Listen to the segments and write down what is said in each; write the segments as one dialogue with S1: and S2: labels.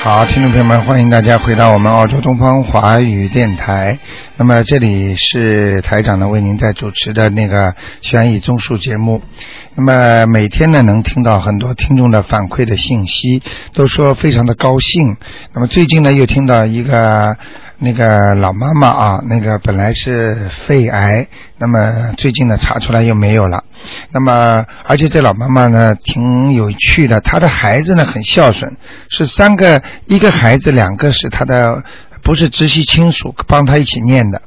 S1: 好，听众朋友们，欢迎大家回到我们澳洲东方华语电台。那么这里是台长呢为您在主持的那个悬疑综述节目。那么每天呢能听到很多听众的反馈的信息，都说非常的高兴。那么最近呢又听到一个那个老妈妈啊，那个本来是肺癌，那么最近呢查出来又没有了。那么而且这老妈妈呢挺有趣的，她的孩子呢很孝顺，是三个一个孩子，两个是她的。不是直系亲属帮他一起念的，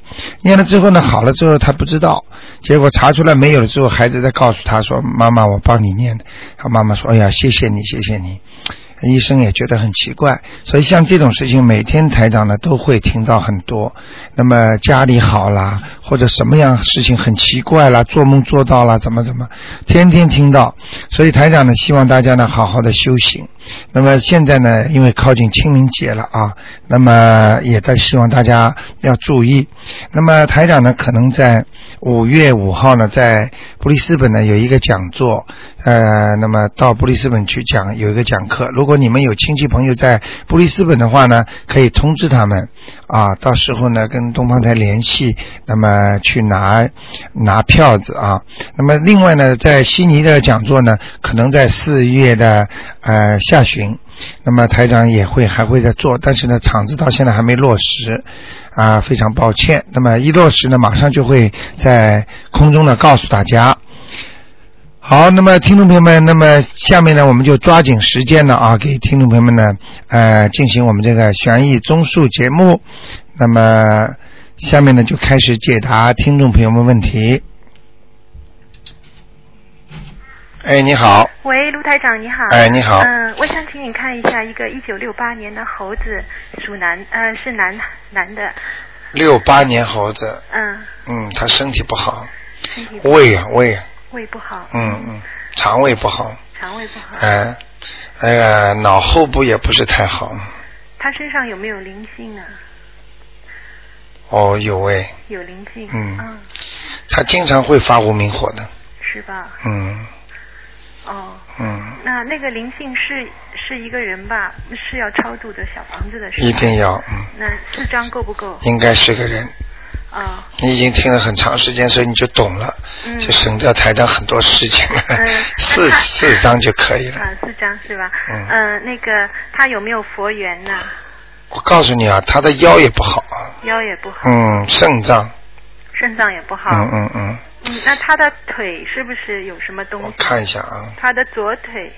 S1: 念了之后呢，好了之后他不知道，结果查出来没有了之后，孩子再告诉他说：“妈妈，我帮你念的。”他妈妈说：“哎呀，谢谢你，谢谢你。”医生也觉得很奇怪，所以像这种事情，每天台长呢都会听到很多。那么家里好啦，或者什么样事情很奇怪啦，做梦做到啦，怎么怎么，天天听到。所以台长呢，希望大家呢好好的修行。那么现在呢，因为靠近清明节了啊，那么也在希望大家要注意。那么台长呢，可能在五月五号呢，在布里斯本呢有一个讲座，呃，那么到布里斯本去讲有一个讲课。如果你们有亲戚朋友在布里斯本的话呢，可以通知他们啊，到时候呢跟东方台联系，那么去拿拿票子啊。那么另外呢，在悉尼的讲座呢，可能在四月的呃下。下旬，那么台长也会还会在做，但是呢，场子到现在还没落实，啊，非常抱歉。那么一落实呢，马上就会在空中呢告诉大家。好，那么听众朋友们，那么下面呢，我们就抓紧时间呢啊，给听众朋友们呢，呃，进行我们这个悬疑综述节目。那么下面呢，就开始解答听众朋友们问题。哎，你好。
S2: 喂，卢台长，你好。
S1: 哎，你好。
S2: 嗯，我想请你看一下一个一九六八年的猴子，属男，嗯、呃，是男男的。
S1: 六八年猴子。
S2: 嗯。
S1: 嗯，他身体不好。
S2: 身体不好。
S1: 胃啊胃。
S2: 胃不好。
S1: 嗯嗯，肠胃不好。
S2: 肠胃不好。
S1: 哎，哎呀，脑后部也不是太好。
S2: 他身上有没有灵性啊？
S1: 哦，有哎。
S2: 有灵性。
S1: 嗯。
S2: 嗯
S1: 他经常会发无名火的。
S2: 是吧？
S1: 嗯。
S2: 哦，
S1: 嗯，
S2: 那那个灵性是是一个人吧，是要超度的小房子的事。
S1: 一定要，嗯。
S2: 那四张够不够？
S1: 应该是个人。
S2: 啊、
S1: 哦。你已经听了很长时间，所以你就懂了，
S2: 嗯、
S1: 就省掉台长很多事情了。
S2: 嗯、
S1: 四四张就可以了。
S2: 啊，四张是吧？
S1: 嗯。
S2: 呃，那个他有没有佛缘呢？
S1: 我告诉你啊，他的腰也不好。啊
S2: 腰也不好。
S1: 嗯，肾脏。
S2: 肾脏也不好。
S1: 嗯嗯嗯。
S2: 嗯，那他的腿是不是有什么东西？
S1: 我看一下啊。
S2: 他的左腿。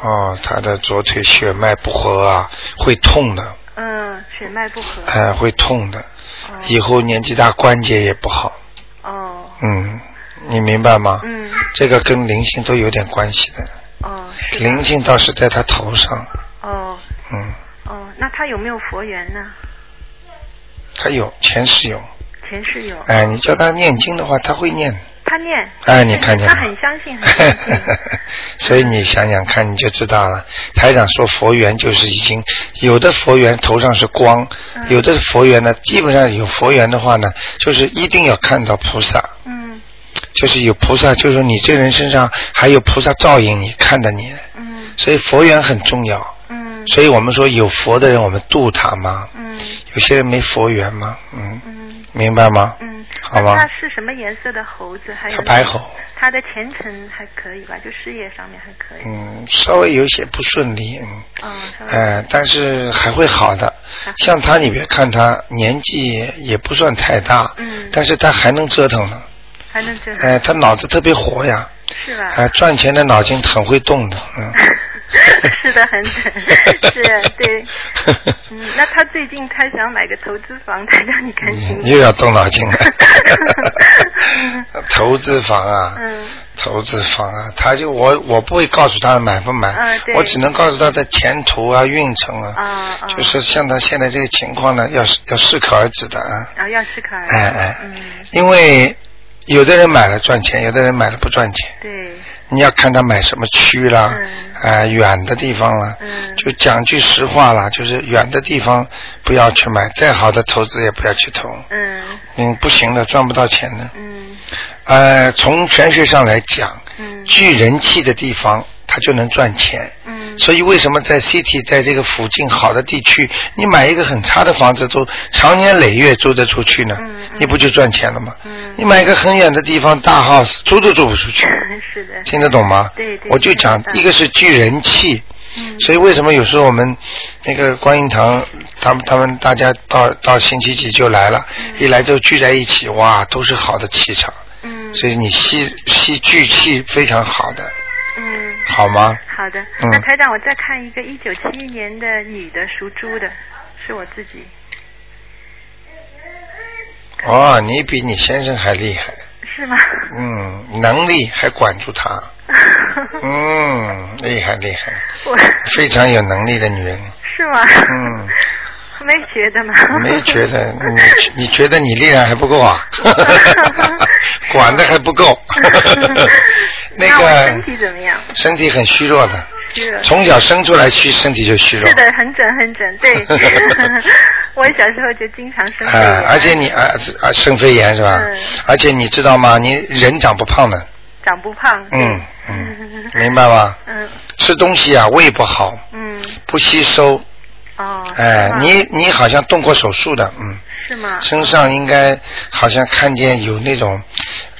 S1: 哦，他的左腿血脉不和啊，会痛的。
S2: 嗯，血脉不和。
S1: 哎、嗯，会痛的。
S2: 哦、
S1: 以后年纪大，关节也不好。
S2: 哦。
S1: 嗯，你明白吗？
S2: 嗯。
S1: 这个跟灵性都有点关系的。
S2: 哦。
S1: 灵性倒是在他头上。
S2: 哦。
S1: 嗯。
S2: 哦，那他有没有佛缘呢？
S1: 他有前世有，
S2: 前世有。
S1: 哎，你叫他念经的话，他会念。
S2: 他念。
S1: 哎，你看见
S2: 他很相 信，很相信。
S1: 所以你想想看，你就知道了。台长说佛缘就是已经有的佛缘头上是光，
S2: 嗯、
S1: 有的佛缘呢，基本上有佛缘的话呢，就是一定要看到菩萨。
S2: 嗯。
S1: 就是有菩萨，就是你这人身上还有菩萨照应你，看着你。
S2: 嗯。
S1: 所以佛缘很重要。
S2: 嗯。
S1: 所以我们说有佛的人，我们度他嘛。
S2: 嗯。
S1: 有些人没佛缘嘛，嗯。
S2: 嗯。
S1: 明白吗？
S2: 嗯。
S1: 好吗？
S2: 它是什么颜色的猴子？还有。
S1: 它白猴。
S2: 它的前程还可以吧？就事业上面还可以。
S1: 嗯，稍微有些不顺利，嗯。
S2: 嗯。
S1: 哎，但是还会好的。
S2: 啊
S1: 像他，你别看他年纪也不算太大。
S2: 嗯。
S1: 但是他还能折腾呢。
S2: 还能折腾。
S1: 哎，他脑子特别活呀。
S2: 是吧？
S1: 哎，赚钱的脑筋很会动的，嗯。
S2: 是的，很准， 是啊对。嗯，那他最近他想买个投资房，他让你赶紧。
S1: 嗯又要动脑 筋了。投资房啊，
S2: 嗯、
S1: 投资房啊，他就我我不会告诉他买不买，
S2: 啊、
S1: 我只能告诉他的前途啊、运程
S2: 啊，
S1: 啊就是像他现在这个情况呢，要要适可而止的啊。
S2: 啊，要适可而
S1: 止。哎哎，
S2: 嗯、
S1: 因为。有的人买了赚钱，有的人买了不赚钱。
S2: 对。
S1: 你要看他买什么区啦，
S2: 嗯
S1: 哎，远的地方啦，
S2: 嗯
S1: 就讲句实话啦，就是远的地方不要去买，再好的投资也不要去投，
S2: 嗯
S1: 嗯，不行的，赚不到钱的。
S2: 嗯
S1: 呃，从玄学上来讲，
S2: 嗯
S1: 聚人气的地方，它就能赚钱。
S2: 嗯
S1: 所以为什么在 CT 在这个附近好的地区，你买一个很差的房子都长年累月租得出去呢
S2: 嗯嗯？
S1: 你不就赚钱了吗？
S2: 嗯
S1: 你买一个很远的地方大 house 租都租不出去，
S2: 是的，
S1: 听得懂吗？
S2: 对对
S1: 我就讲
S2: 明白
S1: 一个是聚人气，
S2: 嗯
S1: 所以为什么有时候我们那个观音堂，他们他们大家到到星期几就来了，一来就聚在一起，哇，都是好的气场，
S2: 嗯
S1: 所以你吸吸聚气非常好的，
S2: 嗯。
S1: 好吗？
S2: 好的，
S1: 嗯
S2: 那台长，我再看一个一九七一年的女的，属猪的，是我自己，
S1: 哦，你比你先生还厉害，
S2: 是吗？
S1: 嗯，能力还管住他，嗯，厉害厉害，
S2: 我
S1: 非常有能力的女人，
S2: 是吗？
S1: 嗯，
S2: 没觉得吗？。
S1: 没觉得你你觉得你厉害还不够啊？ 管的还不够那
S2: 我
S1: 个
S2: 身体怎么样？
S1: 身体很虚弱的，
S2: 是的
S1: 从小生出来虚，身体就虚弱。
S2: 是的，很准很准， 对。 我小时候就经常生
S1: 哎、
S2: 病，
S1: 而且你啊啊生肺炎是吧？
S2: 嗯
S1: 而且你知道吗？你人长不胖的，
S2: 长不胖。对
S1: 嗯嗯，明白吗？
S2: 嗯
S1: 吃东西啊，胃不好，
S2: 嗯
S1: 不吸收。
S2: 哦。
S1: 哎、
S2: 是吗
S1: 你你好像动过手术的，嗯，
S2: 是吗？
S1: 身上应该好像看见有那种，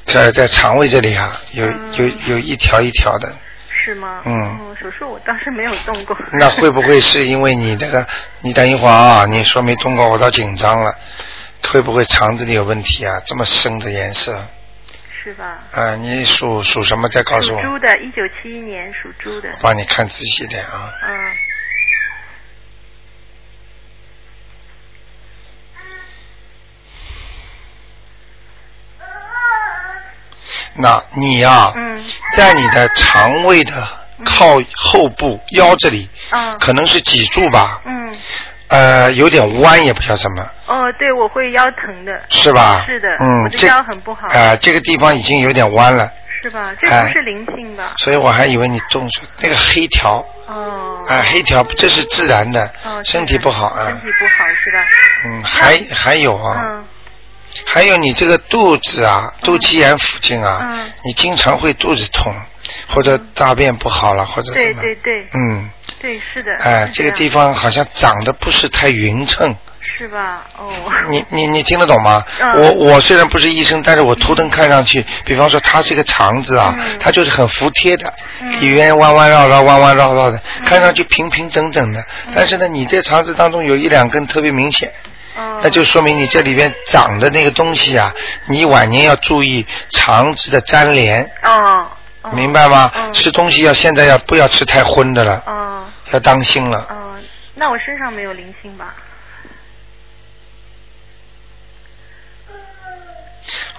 S1: 在在肠胃这里啊，有
S2: 嗯
S1: 有有一条一条的。
S2: 是吗？哦
S1: 嗯
S2: 手术我倒是没有动过。
S1: 那会不会是因为你那个？你等一会儿啊，你说没动过，我倒紧张了。会不会肠子里有问题啊？这么深的颜色
S2: 是吧？
S1: 啊？你属属什么？再告诉
S2: 属
S1: 我，
S2: 猪的，一九七一年属猪的。
S1: 帮你看仔细点啊。
S2: 嗯
S1: 那你呀、
S2: 嗯
S1: 在你的肠胃的靠后部腰这里，
S2: 嗯
S1: 可能是脊柱吧，
S2: 嗯，
S1: 呃，有点弯，也不晓得什么，
S2: 哦，对，我会腰疼的。
S1: 是吧？
S2: 是的，
S1: 嗯
S2: 我，的
S1: 这
S2: 腰很不好，
S1: 啊、这个地方已经有点弯了，哎
S2: 是吧？这不是灵性吧？
S1: 所以我还以为你中暑。那个黑条
S2: 哦。
S1: 啊、黑条这是自然的，
S2: 哦，
S1: 身体不好啊。
S2: 身体不好是吧？
S1: 嗯，还还有啊，
S2: 嗯，
S1: 还有你这个肚子啊，肚脐眼附近啊，
S2: 嗯
S1: 你经常会肚子痛，或者大便不好了，或者
S2: 对
S1: 怎么，
S2: 对对
S1: 嗯，
S2: 对， 是的。
S1: 哎、
S2: 是
S1: 这个
S2: 样
S1: 地方好像长得不是太匀 称，
S2: 是吧？哦。
S1: 你你你听得懂吗？
S2: 嗯
S1: 我我虽然不是医生，但是我图腾看上去，比方说它是一个肠子啊，
S2: 嗯
S1: 它就是很服帖的，
S2: 嗯
S1: 里面弯弯绕绕、弯弯绕绕的，看上去平平整整的，
S2: 嗯
S1: 但是呢，你这肠子当中有一两根特别明显。
S2: 哦
S1: 那就说明你这里边长的那个东西啊，你晚年要注意肠子的粘连，
S2: 哦。哦
S1: 明。白吗？
S2: 嗯
S1: 吃东西要现在要不要吃太荤的了，
S2: 哦
S1: 要当心了。
S2: 哦，那我身上没有灵性吧？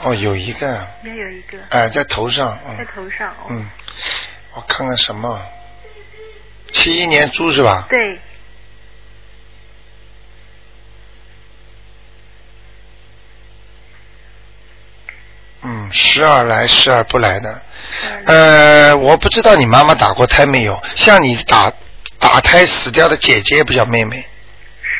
S1: 哦，有一个，
S2: 也有一个
S1: 哎、在头上，
S2: 在
S1: 嗯
S2: 头上。哦。
S1: 嗯，我看看什么，七一年猪是吧？
S2: 对。
S1: 嗯，时而来，时而不来的。
S2: 嗯
S1: 呃，我不知道你妈妈打过胎没有，像你打打胎死掉的姐姐也不叫妹妹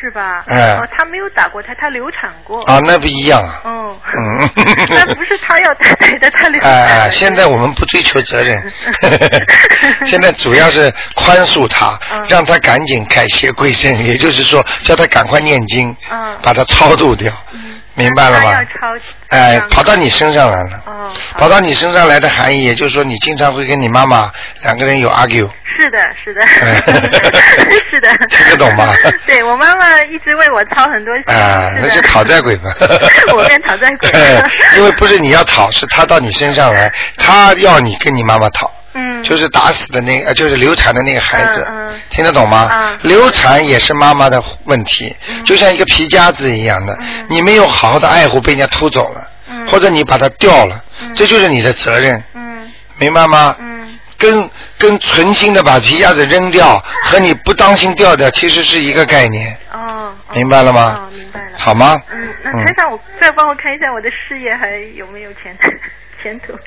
S2: 是吧？
S1: 哎
S2: 哦，她没有打过胎，她流产过。
S1: 啊，那不一样啊。
S2: 哦。
S1: 嗯
S2: 那不是她要打胎的， 她流产了。
S1: 哎，现在我们不追求责 任，现在主要是宽恕他
S2: 嗯，
S1: 让他赶紧改邪归正，也就是说，叫他赶快念经
S2: 嗯，
S1: 把他超度掉，
S2: 嗯
S1: 明白了
S2: 她要
S1: 吗？
S2: 超。
S1: 哎，跑
S2: 到。
S1: 到你身上来了，
S2: 哦。
S1: 跑到你身上来的含义，也就是说，你经常会跟你妈妈两个人有 argue，
S2: 是的，是的，
S1: 哎
S2: 是的，
S1: 听得懂 吗
S2: 对我妈妈一直为我操很多心，
S1: 哎，
S2: 是
S1: 那
S2: 的。
S1: 就讨债鬼吧
S2: 我变讨债 鬼
S1: 哎
S2: 了，
S1: 因为不是你要讨，是他到你身上来，他要你跟你妈妈讨。
S2: 嗯，
S1: 就是是打死的那个，呃就是流产的那个孩子，
S2: 嗯嗯
S1: 听得懂吗？
S2: 嗯
S1: 流产也是妈妈的问题，
S2: 嗯
S1: 就像一个皮夹子一样的，
S2: 嗯
S1: 你没有好好的爱护，被人家偷走了，或者你把它掉了，
S2: 嗯
S1: 这就是你的责任，
S2: 嗯
S1: 明白吗？
S2: 嗯
S1: 跟跟存心的把皮夹子扔掉和你不当心掉掉其实是一个概念，
S2: 哦，哦
S1: 明白了吗
S2: 哦，明白了，
S1: 好吗？
S2: 嗯，那台长， 我再帮我看一下我的事业还有没有前前途？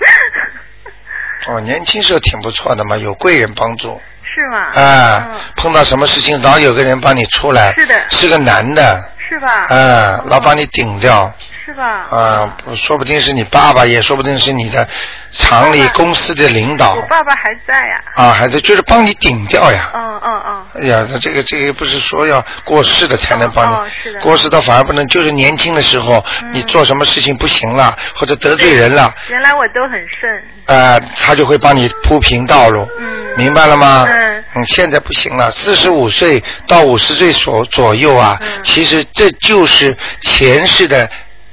S1: 哦，年轻时候挺不错的嘛，有贵人帮助。
S2: 是吗？
S1: 啊，
S2: 嗯
S1: 碰到什么事情老有个人帮你出来。
S2: 是的
S1: 是个男的，
S2: 是吧？
S1: 啊，老把你顶掉，
S2: 是吧？
S1: 啊，不说不定是你爸爸，也说不定是你的厂里
S2: 爸爸
S1: 公司的领导
S2: 我，爸爸还在呀、
S1: 啊，还是就是帮你顶掉呀。
S2: 嗯嗯嗯，
S1: 哎呀，那这个这个不是说要过世的才能帮你，
S2: 哦哦是的
S1: 过世的反而不能，就是年轻的时候、
S2: 嗯
S1: 你做什么事情不行了，或者得罪人了，
S2: 原来我都很顺。
S1: 呃，他就会帮你铺平道路，
S2: 嗯
S1: 明白了吗？
S2: 嗯
S1: 现在不行了，四十五岁到五十岁左左右啊、
S2: 嗯
S1: 其实这就是前世的，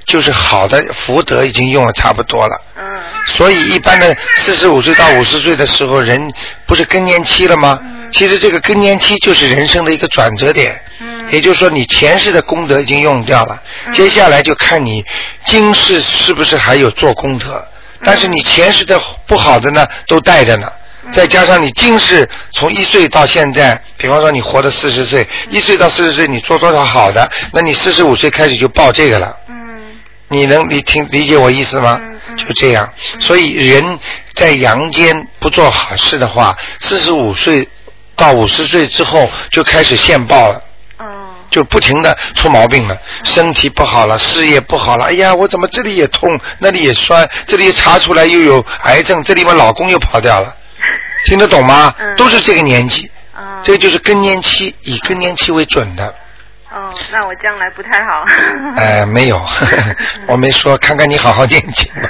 S1: 就是好的福德已经用了差不多了。
S2: 嗯
S1: 所以一般的四十五岁到五十岁的时候，人不是更年期了吗？
S2: 嗯
S1: 其实这个更年期就是人生的一个转折点，
S2: 嗯
S1: 也就是说你前世的功德已经用掉了，
S2: 嗯
S1: 接下来就看你今世是不是还有做功德。但是你前世的不好的呢，都带着呢。
S2: 嗯
S1: 再加上你今世从一岁到现在，比方说你活到四十岁，
S2: 嗯
S1: 一岁到四十岁你做多少好的，那你四十五岁开始就报这个了。
S2: 嗯
S1: 你能理听理解我意思吗？
S2: 嗯嗯
S1: 就这样，所以人在阳间不做好事的话，四十五岁到五十岁之后就开始现报了。
S2: 哦嗯
S1: 就不停的出毛病了，身体不好了，事业不好了，哎呀，我怎么这里也痛，那里也酸，这里查出来又有癌症，这里我老公又跑掉 了，听得懂吗？
S2: 嗯
S1: 都是这个年纪，
S2: 哦
S1: 这就是更年期，以更年期为准的。
S2: 哦，那我将来不太好。
S1: 哎，没有，
S2: 嗯
S1: 我没说，看看你好好念经 吧，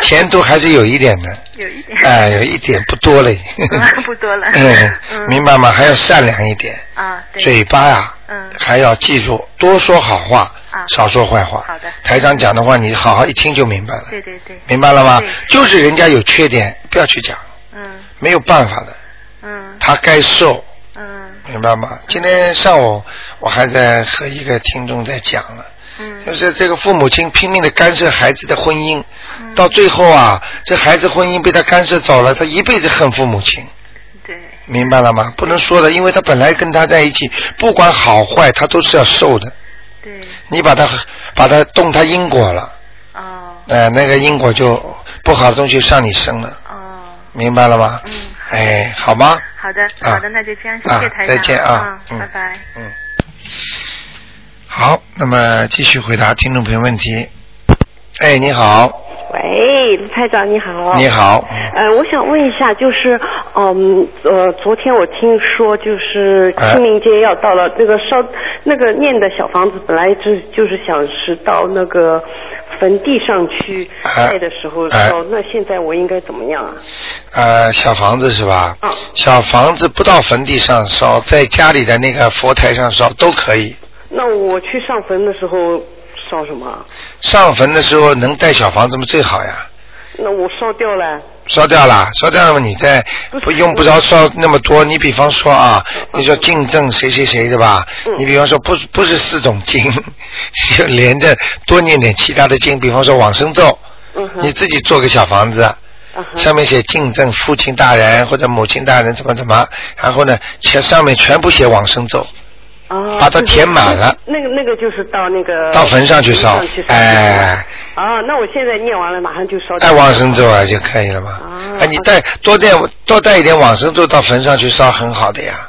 S1: 前途还是有一点的，
S2: 有一点。
S1: 哎，有一点不多嘞
S2: 嗯， 不多了
S1: 嗯，
S2: 嗯
S1: 明白吗？还要善良一点，
S2: 啊，对。
S1: 嘴巴呀，
S2: 嗯
S1: 还要记住多说好话，
S2: 啊
S1: 少说坏话。
S2: 好的
S1: 台长讲的话，你好好一听就明白了，
S2: 对对对，
S1: 明白了吗
S2: 对？
S1: 就是人家有缺点，不要去讲，
S2: 嗯
S1: 没有办法的，
S2: 嗯
S1: 他该受，
S2: 嗯
S1: 明白吗？今天上午我还在和一个听众在讲了。就
S2: 嗯
S1: 是这个父母亲拼命的干涉孩子的婚姻，
S2: 嗯
S1: 到最后啊，这孩子婚姻被他干涉走了，他一辈子恨父母亲，
S2: 对，
S1: 明白了吗？不能说的，因为他本来跟他在一起，不管好坏，他都是要受的。
S2: 对，
S1: 你把他把他动他因果了，
S2: 哦
S1: 呃，那个因果就不好的东西上你身了，
S2: 哦，
S1: 明白了吗？
S2: 嗯
S1: 哎，好吗？
S2: 好的
S1: 啊
S2: 好的，那就这样，谢谢
S1: 啊、
S2: 台长，
S1: 再见啊，
S2: 嗯
S1: 嗯，
S2: 拜拜。
S1: 嗯。好，那么继续回答听众朋友问题。哎，你好，
S3: 喂，卢台长你好。
S1: 你。好，
S3: 呃，我想问一下，就是，嗯，呃，昨天我听说，就是
S1: 哎
S3: 清明节要到了，那个烧那个念的小房子，本来就是就是想是到那个坟地上去
S1: 哎
S3: 拜的时候
S1: 哎
S3: 烧，那现在我应该怎么样啊？
S1: 呃，小房子是吧？
S3: 嗯
S1: 小房子不到坟地上烧，在家里的那个佛台上烧都可以。
S3: 那我去上坟的时候烧什么啊？
S1: 上坟的时候能带小房子吗？最好呀。
S3: 那我烧掉了，
S1: 烧掉了，烧掉了，你再
S3: 不是
S1: 不用不着烧那么多。你比方说啊，你说敬赠谁谁谁对吧？
S3: 嗯
S1: 你比方说不不是四种经， 就连着多念点其他的经，比方说往生咒，
S3: 嗯哼，
S1: 你自己做个小房子，
S3: 啊哈
S1: 上面写敬赠父亲大人或者母亲大人怎么怎么，然后呢前上面全部写往生咒，
S3: 啊
S1: 把它填满了
S3: 就是那个那个就是到那个
S1: 到坟上去烧
S3: 嗯坟上去，
S1: 哎。
S3: 啊，那我现在念完了，马上就烧掉
S1: 带
S3: 了。
S1: 往生咒啊就可以了嘛。
S3: 啊
S1: 哎，你带多带多带一点往生咒到坟上去烧，很好的呀。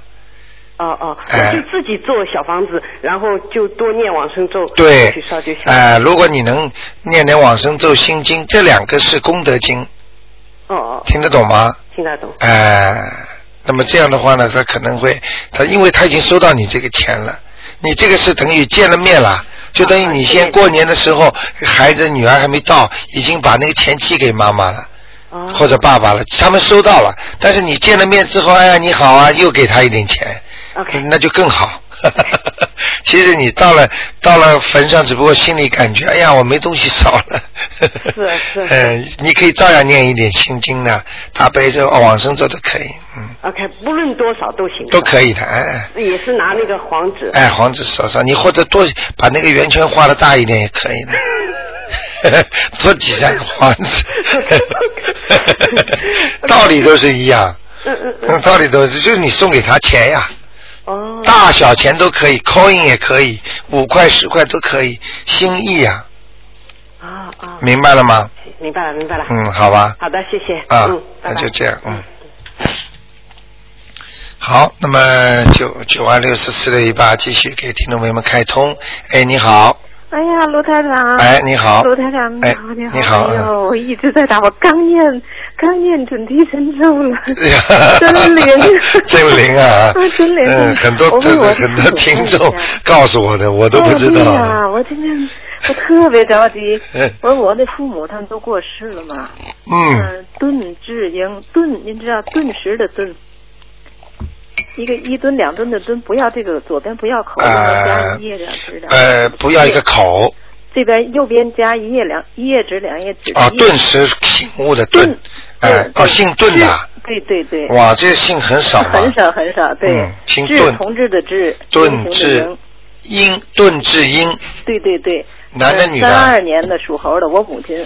S3: 哦哦，
S1: 哎
S3: 我就自己做小房子，然后就多念往生咒，
S1: 对
S3: 去烧就行。，
S1: 哎、如果你能念点往生咒、心经，这两个是功德经，
S3: 哦哦，
S1: 听得懂吗？
S3: 听得懂。
S1: 哎、那么这样的话呢，他可能会，他因为他已经收到你这个钱了，你这个是等于见了面了，就等于你先
S3: 啊对
S1: 过年的时候，孩子女儿还没到，已经把那个钱寄给妈妈了。
S3: 哦，
S1: 或者爸爸了，他们收到了，但是你见了面之后，哎呀你好啊，又给他一点钱
S3: OK
S1: 那就更好。 其实你到了到了坟上，只不过心里感觉，哎呀，我没东西烧了。
S3: 是啊是是
S1: 嗯，你可以照样念一点心经呢，大悲咒、哦往生咒都可以，嗯，
S3: OK，不论多少都行。
S1: 都可以的，哎哎。
S3: 以。也是拿那个黄纸。
S1: 哎，黄纸烧烧，你或者多把那个圆圈画的大一点也可 以的，多几张黄 纸，道理都是一样，
S3: 嗯嗯嗯。
S1: 嗯道理都是，就是你送给他钱呀，
S3: 哦。
S1: 大小钱都可以，coin 也可以，五块十块都可以，心意呀，
S3: 啊
S4: 哦
S3: 啊，
S1: 明白了吗？
S3: 明白了，明白了。
S1: 嗯，好吧。
S3: 好的，谢谢。
S1: 啊
S3: 嗯，，拜
S1: 那
S3: 拜
S1: 就这样，嗯。好，那么九九二六四四六一八继续给听众朋友们开通。哎，你好，
S4: 哎呀，卢台长。
S1: 哎你好
S4: 卢台长，你
S1: 哎
S4: 好，你好。
S1: 你好
S4: 哎
S1: 嗯，。
S4: 呦，我一直在打，我刚念刚念准提神咒了真灵！
S1: 真灵啊
S4: 真灵。
S1: 嗯，很多
S4: 我为我
S1: 很多听众
S4: 哎
S1: 告诉我的，我都不知
S4: 对哦哎呀、
S1: 道。
S4: 我今天我特别着 急
S1: 嗯。
S4: 我我的父母他们都过世了嘛。
S1: 嗯，
S4: 嗯，顿智英，顿，您知道顿时的顿，一个一吨两吨的吨，不要这个左边不要口，右边加
S1: 呃
S4: 一页两指两。
S1: 呃，不要一个口
S4: 这边右边加一页两一页纸两页纸
S1: 啊，
S4: 一页
S1: 顿时醒悟的顿
S4: 顿，
S1: 哎
S4: 嗯对，
S1: 哦，姓顿的，
S4: 对对对，
S1: 哇，这姓很少啊嘛
S4: 很。少很少，对
S1: 嗯，姓
S4: 志
S1: 顿
S4: 同志的志，
S1: 顿
S4: 英雄的
S1: 至
S4: 英，
S1: 英，顿至英，
S4: 对对对，
S1: 男的女啊的
S4: 三二年的属猴的，我母亲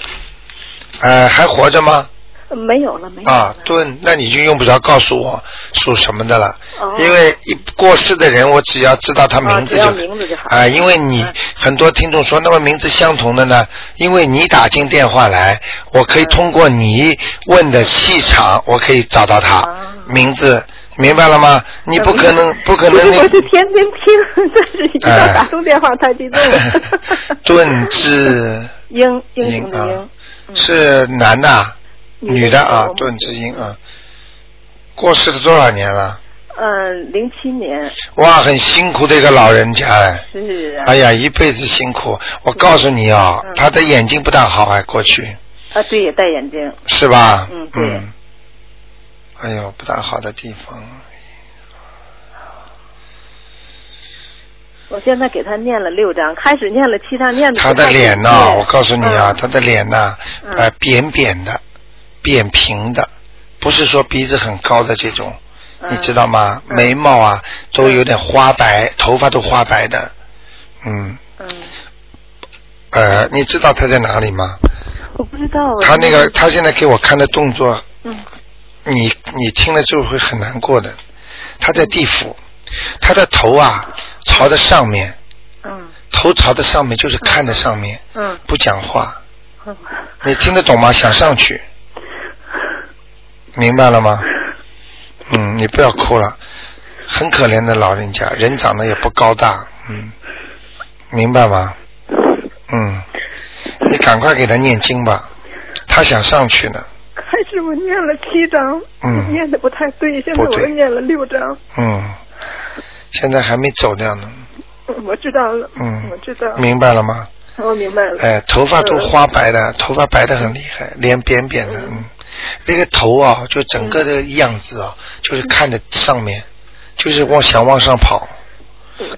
S1: 呃，还活着吗？
S4: 没有了没有了
S1: 啊，顿，那你就用不着告诉我属什么的了，
S4: 哦
S1: 因为一过世的人，我只要知道他名字就
S4: 啊只要名字就好
S1: 啊，因为你
S4: 嗯
S1: 很多听众说，那么名字相同的呢，因为你打进电话来，我可以通过你问的气场，我可以找到他
S4: 嗯啊嗯
S1: 名字，明白了吗？你不可能，不可能
S4: 是
S1: 那
S4: 我是天天听， 但是一
S1: 哎。
S4: 到打通电话太激动了
S1: 顿 至
S4: 英英
S1: 英
S4: 雄的
S1: 啊
S4: 英，，
S1: 是男的啊，
S4: 嗯女的
S1: 女的啊
S4: 我，
S1: 顿至英啊，过世了多少年了？
S4: 嗯，零七年
S1: 哇，很辛苦的一个老人家哎，
S4: 是啊
S1: 哎呀，一辈子辛苦。我告诉你啊、
S4: 嗯
S1: 他的眼睛不大好哎，过去
S4: 啊，对，也戴眼镜，
S1: 是吧？
S4: 嗯对
S1: 哎呦，不大好的地方。
S4: 我现在给他念了六章，开始念了七章，念的
S1: 他的脸呐、我告诉你啊，
S4: 嗯
S1: 他的脸呐、
S4: 嗯
S1: 呃，扁扁的，扁平的，不是说鼻子很高的这种，
S4: 嗯
S1: 你知道吗？
S4: 嗯
S1: 眉毛啊都有点花白，头发都花白的，嗯，
S4: 嗯，
S1: 呃，你知道他在哪里吗？
S4: 我不知道
S1: 他那个，他现在给我看的动作，
S4: 嗯
S1: 你你听了之后会很难过的。他在地府，他的头啊朝着上面，
S4: 嗯
S1: 头朝着上面就是看着上面，
S4: 嗯
S1: 不讲话。
S4: 嗯
S1: 你听得懂吗？想上去，明白了吗？嗯，你不要哭了，很可怜的老人家，人长得也不高大，嗯，明白吗？嗯，你赶快给他念经吧，他想上去呢。
S4: 开始我念了七章，
S1: 嗯
S4: 念的不太对，现在
S1: 不
S4: 我
S1: 对
S4: 又念了六章，
S1: 嗯，现在还没走掉呢。
S4: 嗯我知道了，
S1: 嗯，
S4: 我知道，
S1: 明白了吗？
S4: 我明白了，
S1: 哎，头发都花白的，头发白的很厉害，脸扁扁的，嗯，那个头啊，就整个的样子啊，就是看着上面，就是往想往上跑。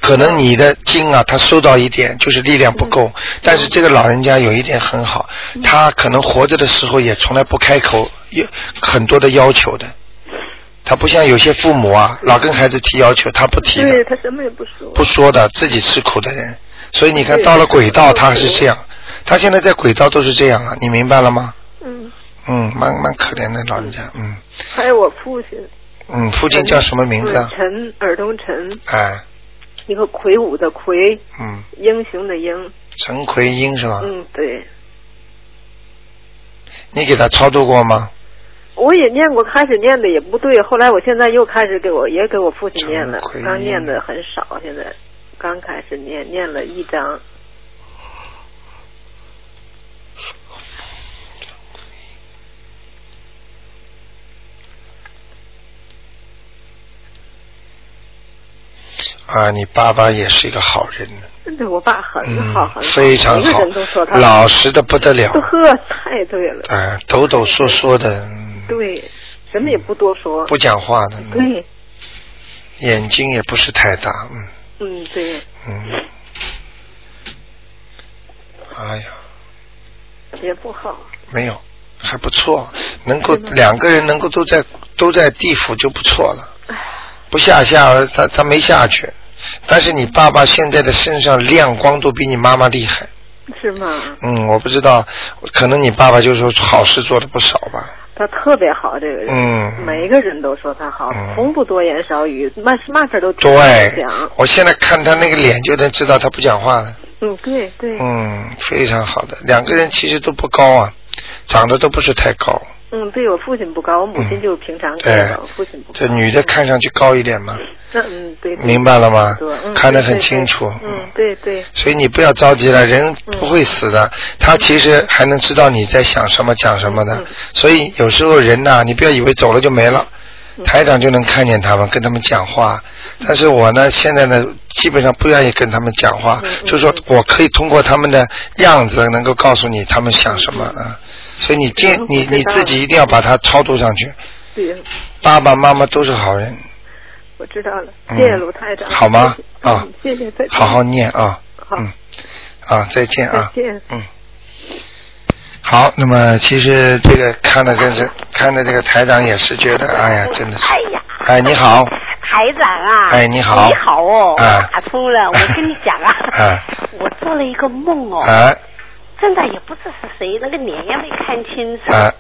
S1: 可能你的筋啊，它收到一点，就是力量不够。但是这个老人家有一点很好，他可能活着的时候也从来不开口，有很多的要求的。他不像有些父母啊，老跟孩子提要求，他不提的。
S4: 嗯对他什么也不说，
S1: 不说的，自己吃苦的人。所以你看，
S4: 对
S1: 到了轨道，他
S4: 吃苦
S1: 是这样，他现在在轨道都是这样啊，你明白了吗？
S4: 嗯，
S1: 嗯，蛮蛮可怜的老人家，嗯
S4: 还有我父亲，
S1: 嗯，父亲叫什么名字啊
S4: 嗯？陈耳东陈，
S1: 哎，
S4: 一个魁梧的魁，
S1: 嗯，
S4: 英雄的英，
S1: 陈奎英是吧？
S4: 嗯，对，
S1: 你给他超度过吗？
S4: 我也念过，开始念的也不对，后来我现在又开始给我也给我父亲念了
S1: 惭愧，
S4: 刚念的很少，现在刚开始念，念了一章。
S1: 啊，你爸爸也是一个好人，
S4: 对我爸很好，
S1: 嗯
S4: 很好，，
S1: 非常
S4: 每
S1: 好
S4: 个人都说，他
S1: 老实的不得了，
S4: 呵，太对了，
S1: 啊，抖抖嗦嗦的，嗯
S4: 对，什么也不多说，
S1: 不讲话的，嗯
S4: 对，
S1: 眼睛也不是太大，嗯。
S4: 嗯，对，
S1: 嗯，哎呀，
S4: 也不好，
S1: 没有，还不错，能够两个人能够都在都在地府就不错了，不下下他他没下去，但是你爸爸现在的身上亮光都比你妈妈厉害，
S4: 是吗？
S1: 嗯，我不知道，可能你爸爸就说好事做的不少吧，
S4: 他特别好，这个人，
S1: 嗯
S4: 每个人都说他好，
S1: 嗯
S4: 从不多言少语，嘛嘛事儿都听他
S1: 对
S4: 讲，，
S1: 我现在看他那个脸就能知道他不讲话了，
S4: 嗯，对对，
S1: 嗯，非常好的，两个人其实都不高啊，长得都不是太高，
S4: 嗯，对我父亲不高，我母
S1: 嗯
S4: 亲就是平常高
S1: 对
S4: 我父亲不高。
S1: 这女的看上去高一点嘛，
S4: 那嗯对，对
S1: 明白了吗
S4: 对嗯、
S1: 看得
S4: 对
S1: 很
S4: 对
S1: 清楚
S4: 嗯，对对，
S1: 所以你不要着急了，人不会死
S4: 嗯
S1: 的，他其实还能知道你在想什么、讲什么的
S4: 嗯。
S1: 所以有时候人呐、你不要以为走了就没了，
S4: 嗯
S1: 台长就能看见他们，跟他们讲话。但是我呢，现在呢，基本上不愿意跟他们讲话，
S4: 嗯
S1: 就说我可以通过他们的样子，能够告诉你他们想什么啊。所以你尽
S4: 嗯
S1: 你
S4: 我知
S1: 你
S4: 道
S1: 自己一定要把它超度上去。
S4: 对，
S1: 爸爸妈妈都是好人，
S4: 我知道了，
S1: 嗯
S4: 谢谢卢台长。
S1: 好吗
S4: 谢谢
S1: 啊
S4: 嗯谢谢，再见
S1: 好好念啊。
S4: 好
S1: 嗯，啊，再见啊。
S4: 再见。
S1: 嗯，好，那么其实这个看的真是看的这个台长也是觉得，哎呀，真的是，
S5: 哎呀，
S1: 哎，你好，
S5: 台长啊！
S1: 哎你好
S5: 你好哦，
S1: 啊
S5: 我打通了。 我跟你讲啊，
S1: 啊
S5: 我做了一个梦哦，
S1: 哎
S5: 真的也不知是谁，那个脸也没看清楚，
S1: 哎，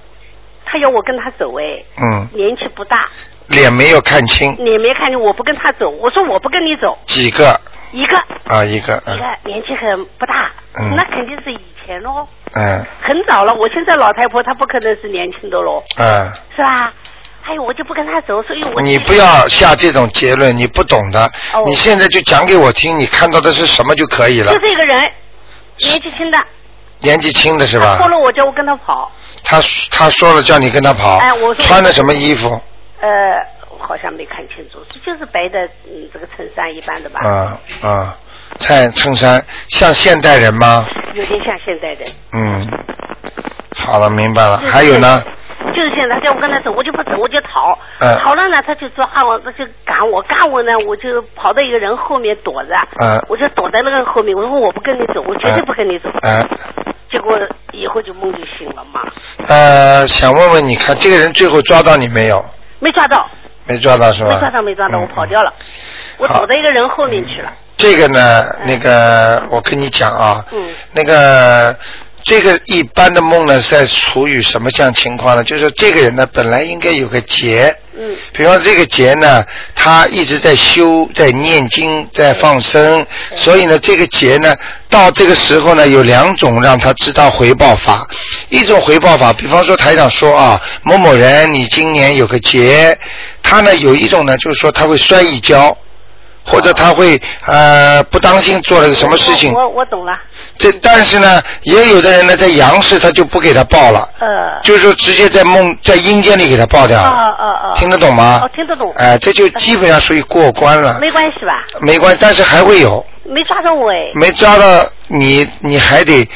S5: 他要我跟他走哎，
S1: 嗯，
S5: 年纪不大，
S1: 脸没有看清，
S5: 你没看见，我不跟他走，我说我不跟你走，
S1: 几个
S5: 一个
S1: 啊，一个，
S5: 一
S1: 嗯
S5: 个年纪很不大，
S1: 嗯
S5: 那肯定是以前喽，
S1: 嗯
S5: 很早了，我现在老太婆，她不可能是年轻的喽，
S1: 嗯，
S5: 是吧？哎呦，我就不跟他走，所以我
S1: 你不要下这种结论，你不懂的，
S5: 哦
S1: 你现在就讲给我听，你看到的是什么就可以了
S5: 就。这个人，年纪轻的，
S1: 年纪轻的是
S5: 他拖
S1: 吧？
S5: 了我叫我跟他跑，
S1: 他他说了叫你跟他跑
S5: 哎我，说
S1: 穿的什么衣服？
S5: 呃，好像没看清楚，就是白的，嗯，这个衬衫一般的吧，
S1: 啊啊，在衬衫像现代人吗？
S5: 有点像现代人。
S1: 嗯，好了，明白了。
S5: 就是
S1: 啊还有呢？
S5: 就是现在，叫我跟他走，我就不走，我就逃。
S1: 嗯
S5: 逃了呢，他就抓我，他就赶我，赶我呢，我就跑到一个人后面躲着。
S1: 嗯
S5: 我就躲在那个人后面，我说我不跟你走，我绝对不跟你走。
S1: 嗯
S5: 结果以后就梦就醒了嘛，
S1: 呃，想问问你看，这个人最后抓到你没有？
S5: 没抓到，
S1: 没抓到是吧？
S5: 没抓到，没抓到，
S1: 啊嗯
S5: 我跑掉。了，我
S1: 好
S5: 躲到一个人后面去了。
S1: 这个呢，那个我跟你讲啊，
S5: 嗯
S1: 那个这个一般的梦呢，在处于什么样情况呢？就是这个人呢，本来应该有个劫，
S5: 嗯
S1: 比方这个劫呢，他一直在修，在念经，在放
S5: 嗯
S1: 生，所以呢，这个劫呢，到这个时候呢，有两种让他知道回报法，一种回报法，比方说台长说啊，某某人你今年有个劫，他呢有一种呢，就是说他会摔一跤。或者他会呃不当心做了个什么事情，
S5: 我我我懂了，
S1: 这但是呢，也有的人呢在阳世他就不给他报了，
S5: 呃，
S1: 就是说直接在梦在阴间里给他报掉
S5: 啊
S1: 了。
S5: 啊啊，
S1: 听得懂吗？
S5: 哦听得懂嗯
S1: 哎、这就基本上属于过关了，
S5: 没关系吧？
S1: 没关，但是还会有，
S5: 没抓到我哎，
S1: 没抓到你，你还得，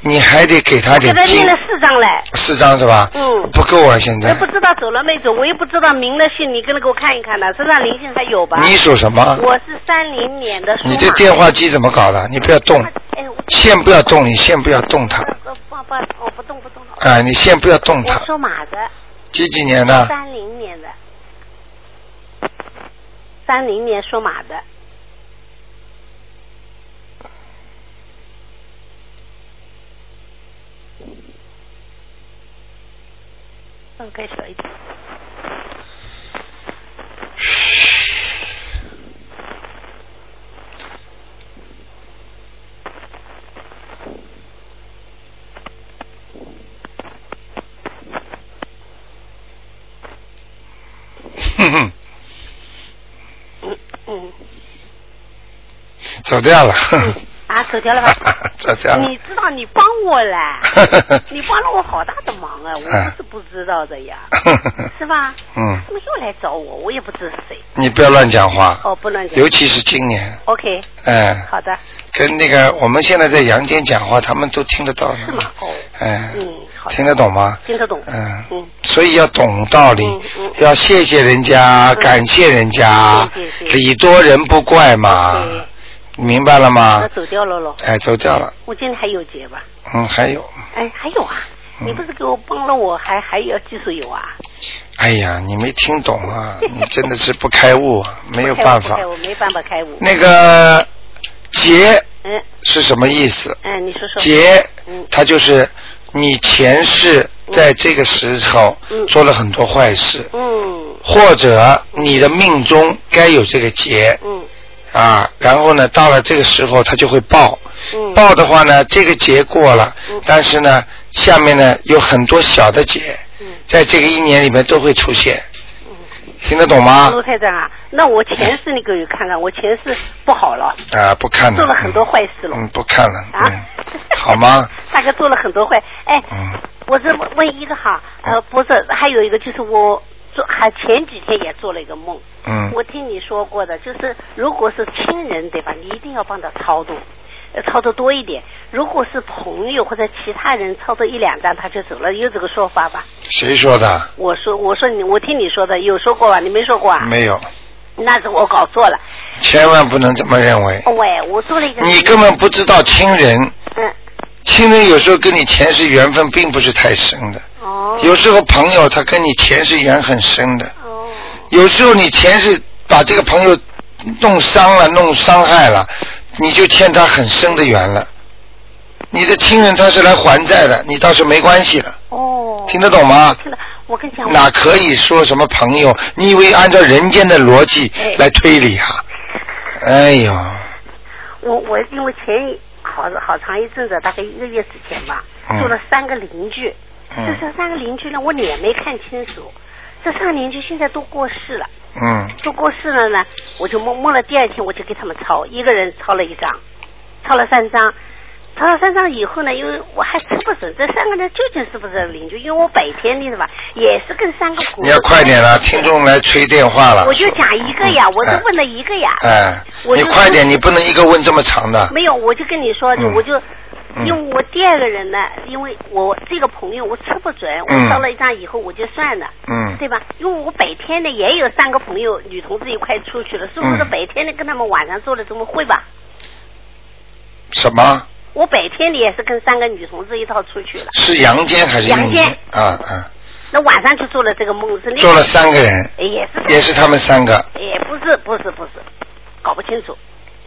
S1: 你还得给他
S5: 我给
S1: 点
S5: 他
S1: 金
S5: 念了，四张嘞，
S1: 四张是吧？
S5: 嗯
S1: 不够啊，现
S5: 也
S1: 在
S5: 不。知道走了没走，我也不知道明了信，你跟着给我看一看呢，身上灵性还有吧？
S1: 你属什么？
S5: 我是三零年的属马。
S1: 你这电话机怎么搞的？你不要动，
S5: 哎，我
S1: 线不要动，你线不要动它，
S5: 呃不不，我不动不动。
S1: 哎、你线不要动
S5: 我
S1: 它。
S5: 属马的，
S1: 几几年的？
S5: 三零年的，三零年属马的，放开小一点。
S1: 哼哼，
S5: 嗯嗯，
S1: 走掉了。？
S5: 啊，走掉了吧
S1: 走掉了，
S5: 你知道你帮我了 你帮了我好大的忙啊！我不是不知道的 呀，是吧？
S1: 嗯，
S5: 他们又来找我，我也不知是谁。
S1: 你不要乱讲话，
S5: 哦，不能讲
S1: 啊尤。其是今年，
S5: OK，
S1: 哎，
S5: 好的，
S1: 跟那个我们现在在阳间讲话，他们都听得到
S5: 是吗
S1: 的，？
S5: 哦，
S1: 哎，
S5: 嗯，好的
S1: 听得懂吗？
S5: 听得懂。
S1: 嗯
S5: 嗯，
S1: 所以要懂道理
S5: 嗯，嗯
S1: 要谢谢人家，感谢人家
S5: 谢谢，谢谢
S1: 礼多人不怪嘛，
S5: 对
S1: 明白了
S5: 那
S1: 吗？
S5: 走掉了喽。
S1: 哎，走掉了，
S5: 我今天还有结吧？
S1: 嗯，还有，
S5: 哎，还有啊，
S1: 嗯
S5: 你不是给我帮了我，还还要继续有啊？
S1: 哎呀，你没听懂 啊，你真的是不开悟啊，没有
S5: 开悟
S1: 办
S5: 不
S1: 法
S5: 开。悟没办法开悟。
S1: 那个劫
S5: 嗯
S1: 是什么意思？
S5: 嗯，你说说。
S1: 劫
S5: 嗯，
S1: 它就是你前世在这个时候
S5: 嗯
S1: 做了很多坏事，
S5: 嗯
S1: 或者你的命中该有这个劫，
S5: 嗯
S1: 啊，然后呢，到了这个时候它就会爆，
S5: 嗯
S1: 爆的话呢，这个结过了，但是呢，下面呢有很多小的结，
S5: 嗯
S1: 在这个一年里面都会出现，听得懂吗？
S5: 卢台长啊，那我前世你给我看看，我前世不好了，
S1: 啊，不看了，
S5: 做了很多坏事了。
S1: 嗯，不看了，
S5: 啊
S1: 嗯，好吗？
S5: 大概做了很多坏。哎，
S1: 嗯
S5: 我这问一个哈，
S1: 啊
S5: 呃，不是，还有一个就是我做，还前几天也做了一个梦。
S1: 嗯
S5: 我听你说过的，就是如果是亲人对吧，你一定要帮他超度，呃超度多一点。如果是朋友或者其他人超度一两张他就走了，有这个说法吧？
S1: 谁说的？
S5: 我说，我说你，我听你说的，有说过吧？你没说过 啊？
S1: 没有，
S5: 那是我搞错了。哦
S1: 千万不能这么认为。
S5: 喂，我做了一个。
S1: 你根本不知道亲人，
S5: 嗯，
S1: 亲人有时候跟你前世缘分并不是太深的，
S5: 哦
S1: 有时候朋友他跟你前世缘很深的，
S5: 哦
S1: 有时候你前世把这个朋友弄伤了、弄伤害了，你就欠他很深的缘了。你的亲人他是来还债的，你倒是没关系了，
S5: 哦。
S1: 听得懂吗？
S5: 听得，我跟你讲。
S1: 哪可以说什么朋友？你以为按照人间的逻辑来推理啊？哎呦，
S5: 我我因为前一好好长一阵子，大概一个月之前吧，
S1: 嗯
S5: 做了三个邻居。这
S1: 嗯
S5: 这三个邻居呢，我脸没看清楚。这三个邻居现在都过世了，
S1: 嗯
S5: 都过世了呢，我就梦梦了。第二天我就给他们抄，一个人抄了一张，抄了三张。抄了三张以后呢，因为我还吃不准这三个人究竟是不是邻居，因为我白天的是吧，也是跟三个骨头。
S1: 你要快点了，听众来催电话了嗯
S5: 我。就讲一个呀，我就问了一个呀。
S1: 哎，
S5: 我
S1: 你
S5: 就
S1: 快点，你不能一个问这么长的。
S5: 没有，我就跟你说，
S1: 嗯
S5: 我就
S1: 嗯
S5: 因为我第二个人呢，因为我这个朋友我吃不准，我
S1: 嗯
S5: 烧了一张以后我就算了，
S1: 嗯
S5: 对吧？因为我白天呢也有三个朋友女同志一块出去了，所以我说
S1: 嗯
S5: 白天呢跟他们晚上做了怎么会吧？
S1: 什么？
S5: 我白天呢也是跟三个女同志一道出去了，
S1: 是阳间还是阴
S5: 阳间？
S1: 啊啊，
S5: 那晚上就做了这个梦，是另
S1: 做了三个人，
S5: 哎也是
S1: 也是他们三个
S5: 也不是不是不是，搞不清楚。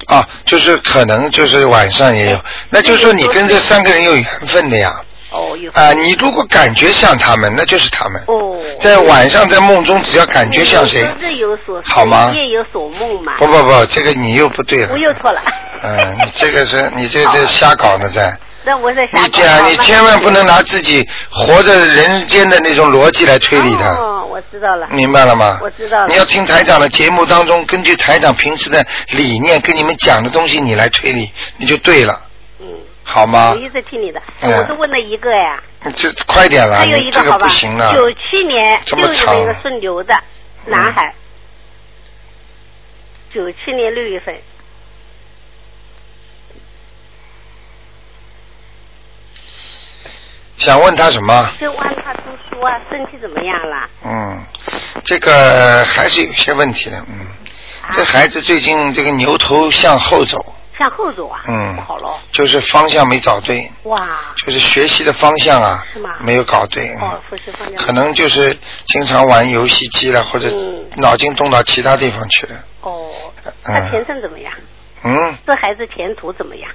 S1: 啊，就是可能就是晚上也有，那就是说你跟这三个人有缘分的呀。
S5: 哦，有
S1: 啊，你如果感觉像他们，那就是他们。
S5: 哦，
S1: 在晚上在梦中，只要感觉像谁
S5: 有，日有所思，
S1: 好吗
S5: 夜有所梦嘛。
S1: 不不不，这个你又不对了
S5: 我。又错了。
S1: 嗯，你这个是 你这这瞎搞呢在。
S5: 那我在
S1: 你
S5: 想，
S1: 这样，你千万不能拿自己活着人间的那种逻辑来推理它。
S5: 哦，我知道了。
S1: 明白了吗？
S5: 我知道了
S1: 你要听台长的节目当中，根据台长平时的理念跟你们讲的东西，你来推理，你就对了，
S5: 嗯，
S1: 好吗
S5: 我？一直听你的，
S1: 嗯
S5: 我是问了一个呀，
S1: 你这快点了，
S5: 还有
S1: 你
S5: 一
S1: 这
S5: 好
S1: 不
S5: 吧
S1: 行了，。
S5: 九七年
S1: 这
S5: 六
S1: 么
S5: 月
S1: 长嗯
S5: 份一个顺流的男孩，九七年六月份，
S1: 想问他什么？
S5: 就问他读书啊，身体怎么样啦？
S1: 嗯，这个还是有些问题的，嗯，
S5: 啊
S1: 这孩子最近这个牛头向后走，
S5: 向后走啊，
S1: 嗯
S5: 不好咯，
S1: 就是方向没找对，
S5: 哇，
S1: 就是学习的方向啊
S5: 是吗，
S1: 没有搞对，嗯
S5: 哦，复习方面
S1: 可能就是经常玩游戏机了，或者
S5: 嗯
S1: 脑筋动到其他地方去了，
S5: 哦，他前
S1: 嗯
S5: 程怎么样？
S1: 嗯。
S5: 这孩子前途怎么样？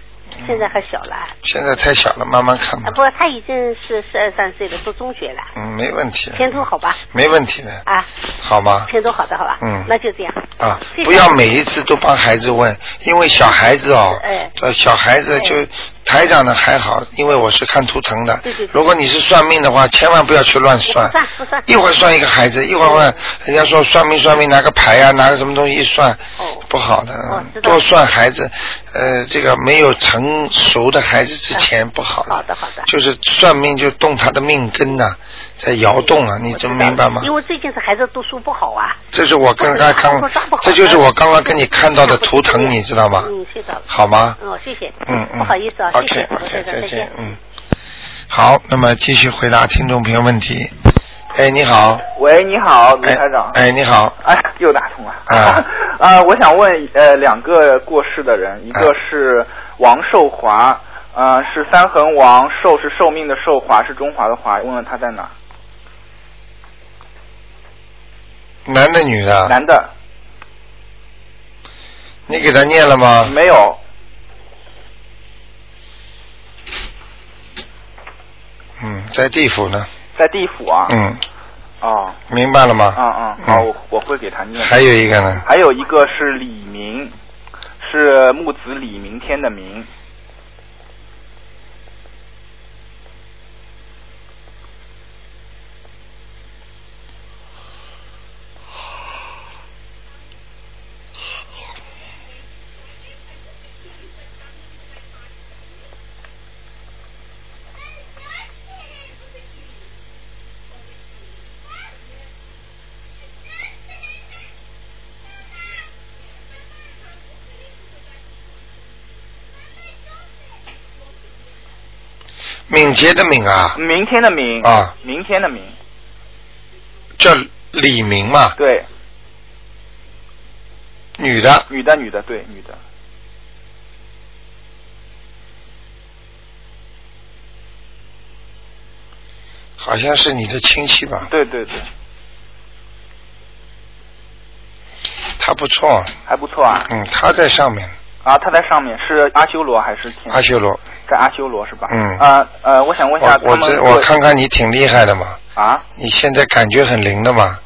S5: 现在还小了，啊，
S1: 现在太小了，慢慢看吧
S5: 不。过他已经是十二三岁了，读中学了，
S1: 嗯，没问题的。
S5: 前途好吧？
S1: 没问题的，
S5: 啊，
S1: 好吗？
S5: 前途好的好吧？
S1: 嗯
S5: 那就这样。
S1: 啊
S5: 谢，谢
S1: 不要每一次都帮孩子问，因为小孩子哦
S5: 哎，
S1: 呃，小孩子就台长呢还好，因为我是看图腾的
S5: 对对对。
S1: 如果你是算命的话，千万不要去乱算
S5: 不算不算，
S1: 一会儿算一个孩子，一会儿问人家说算命算命，拿个牌啊，拿个什么东西一算
S5: 哦，
S1: 不好的
S5: 哦，
S1: 嗯
S5: 知道
S1: 多算孩子，呃，这个没有成熟的孩子之前不好的。
S5: 嗯好的好的
S1: 就是算命就动他的命根呐、在摇动啊，你
S5: 我
S1: 这
S5: 知道
S1: 明白吗？
S5: 因为最近这孩子读书不好啊。
S1: 这是我刚刚看
S5: 不是不，是啊
S1: 这就是我刚刚跟你看到的图腾，你知道吗？
S5: 嗯，知道了。
S1: 好吗？
S5: 哦，谢谢。
S1: 嗯嗯。
S5: 不好意思啊，谢
S1: OK
S5: 谢，
S1: OK，
S5: 再
S1: 再
S5: 见
S1: 见。，嗯。好，那么继续回答听众朋友问题。哎，你好。
S6: 喂，你好，卢
S1: 哎
S6: 台长。
S1: 哎，你好。
S6: 哎，又打通了。
S1: 啊
S6: 呃我想问呃两个过世的人，一
S1: 啊
S6: 个是王寿华，呃是三横王，寿是寿命的寿，华是中华的华，问问他在哪？
S1: 男的女的？
S6: 男的
S1: 你给他念了吗？
S6: 没有，
S1: 嗯，在地府呢。
S6: 在地府啊。。
S1: 嗯，
S6: 哦，啊
S1: 明白了吗？
S6: 嗯嗯，好，我我会给他念。
S1: 还有一个呢，
S6: 还有一个是李明，是木子李明天的明。
S1: 敏捷的敏啊，
S6: 明天的明
S1: 啊，
S6: 明天的明，
S1: 叫李明嘛，
S6: 对，
S1: 女的，
S6: 女的女的对女的，
S1: 好像是你的亲戚吧？
S6: 对对对，
S1: 她不错，
S6: 还不错啊
S1: 嗯，她在上面，
S6: 啊，他在上面是阿修罗还是天？
S1: 阿修罗，
S6: 在阿修罗是吧？
S1: 嗯
S6: 啊呃，我想问一下，
S1: 我我
S6: 他们
S1: 这
S6: 会
S1: 我看看你挺厉害的嘛，
S6: 啊，
S1: 你现在感觉很灵的嘛？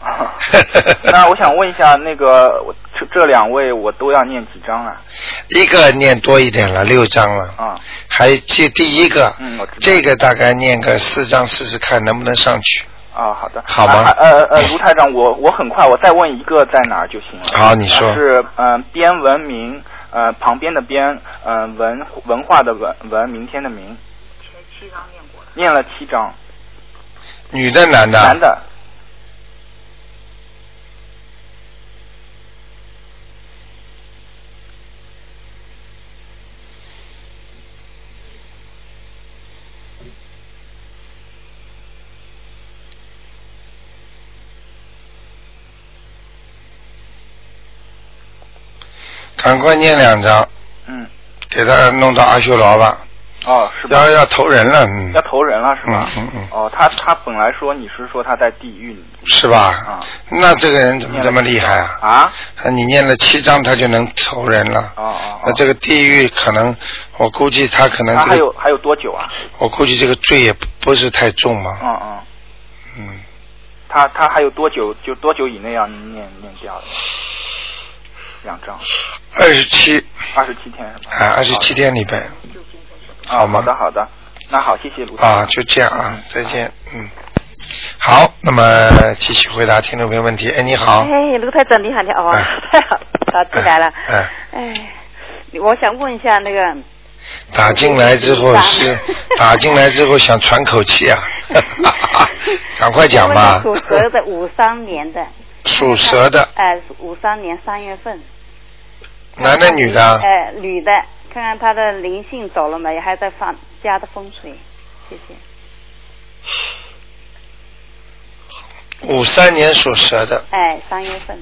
S6: 那我想问一下，那个我这这两位我都要念几张啊？
S1: 一个念多一点了，六章了，
S6: 啊，
S1: 还这第一个，
S6: 嗯，我知道。
S1: 这个大概念个四章试试看能不能上去。
S6: 啊，好的。
S1: 好吗
S6: 啊呃呃，卢台长，我我很快，我再问一个在哪儿就行了。
S1: 好你说
S6: 啊是嗯、呃边文明，呃，旁边的边，呃，文文化的文文，明天的明。前七章念过了。念了七章，
S1: 女的男的？啊
S6: 男的
S1: 赶快念两张，
S6: 嗯，
S1: 给他弄到阿修罗吧，
S6: 哦，是吧？
S1: 要要投人了，嗯
S6: 要，投人了是吧？
S1: 嗯嗯嗯
S6: 哦，他他本来说你是说他在地狱里
S1: 是吧？
S6: 啊
S1: 那这个人怎么这么厉害啊？
S6: 啊？
S1: 啊你念了七章，他就能投人了。
S6: 哦哦哦
S1: 那这个地狱可能，我估计他可能
S6: 他
S1: 这
S6: 还
S1: 个，
S6: 有还有多久啊？
S1: 我估计这个罪也不不是太重嘛。
S6: 嗯嗯，
S1: 嗯，
S6: 他他还有多久就多久以内要念念掉了？两张，
S1: 二十七
S6: 二十七天是吧？
S1: 啊，二十七天里边，好吗
S6: 好的好的，那好，谢谢卢台长
S1: 啊，就这样啊，再见，嗯。好，那么继续回答听众朋友问题。哎，你好，
S7: 哎，卢台长你好，你好，
S1: 哎
S7: 太好了，打进来了。
S1: 哎
S7: 哎，我想问一下那个，
S1: 打进来之后是打进来之后想喘口气啊， 赶快讲吧
S7: 我。问一下属蛇的五三年的，
S1: 属蛇的，
S7: 哎、五三年三月份，
S1: 男的女的？啊
S7: 哎、女的，看看她的灵性走了没，还在放家的风水，谢谢。
S1: 五三年属蛇的，
S7: 哎，三月份，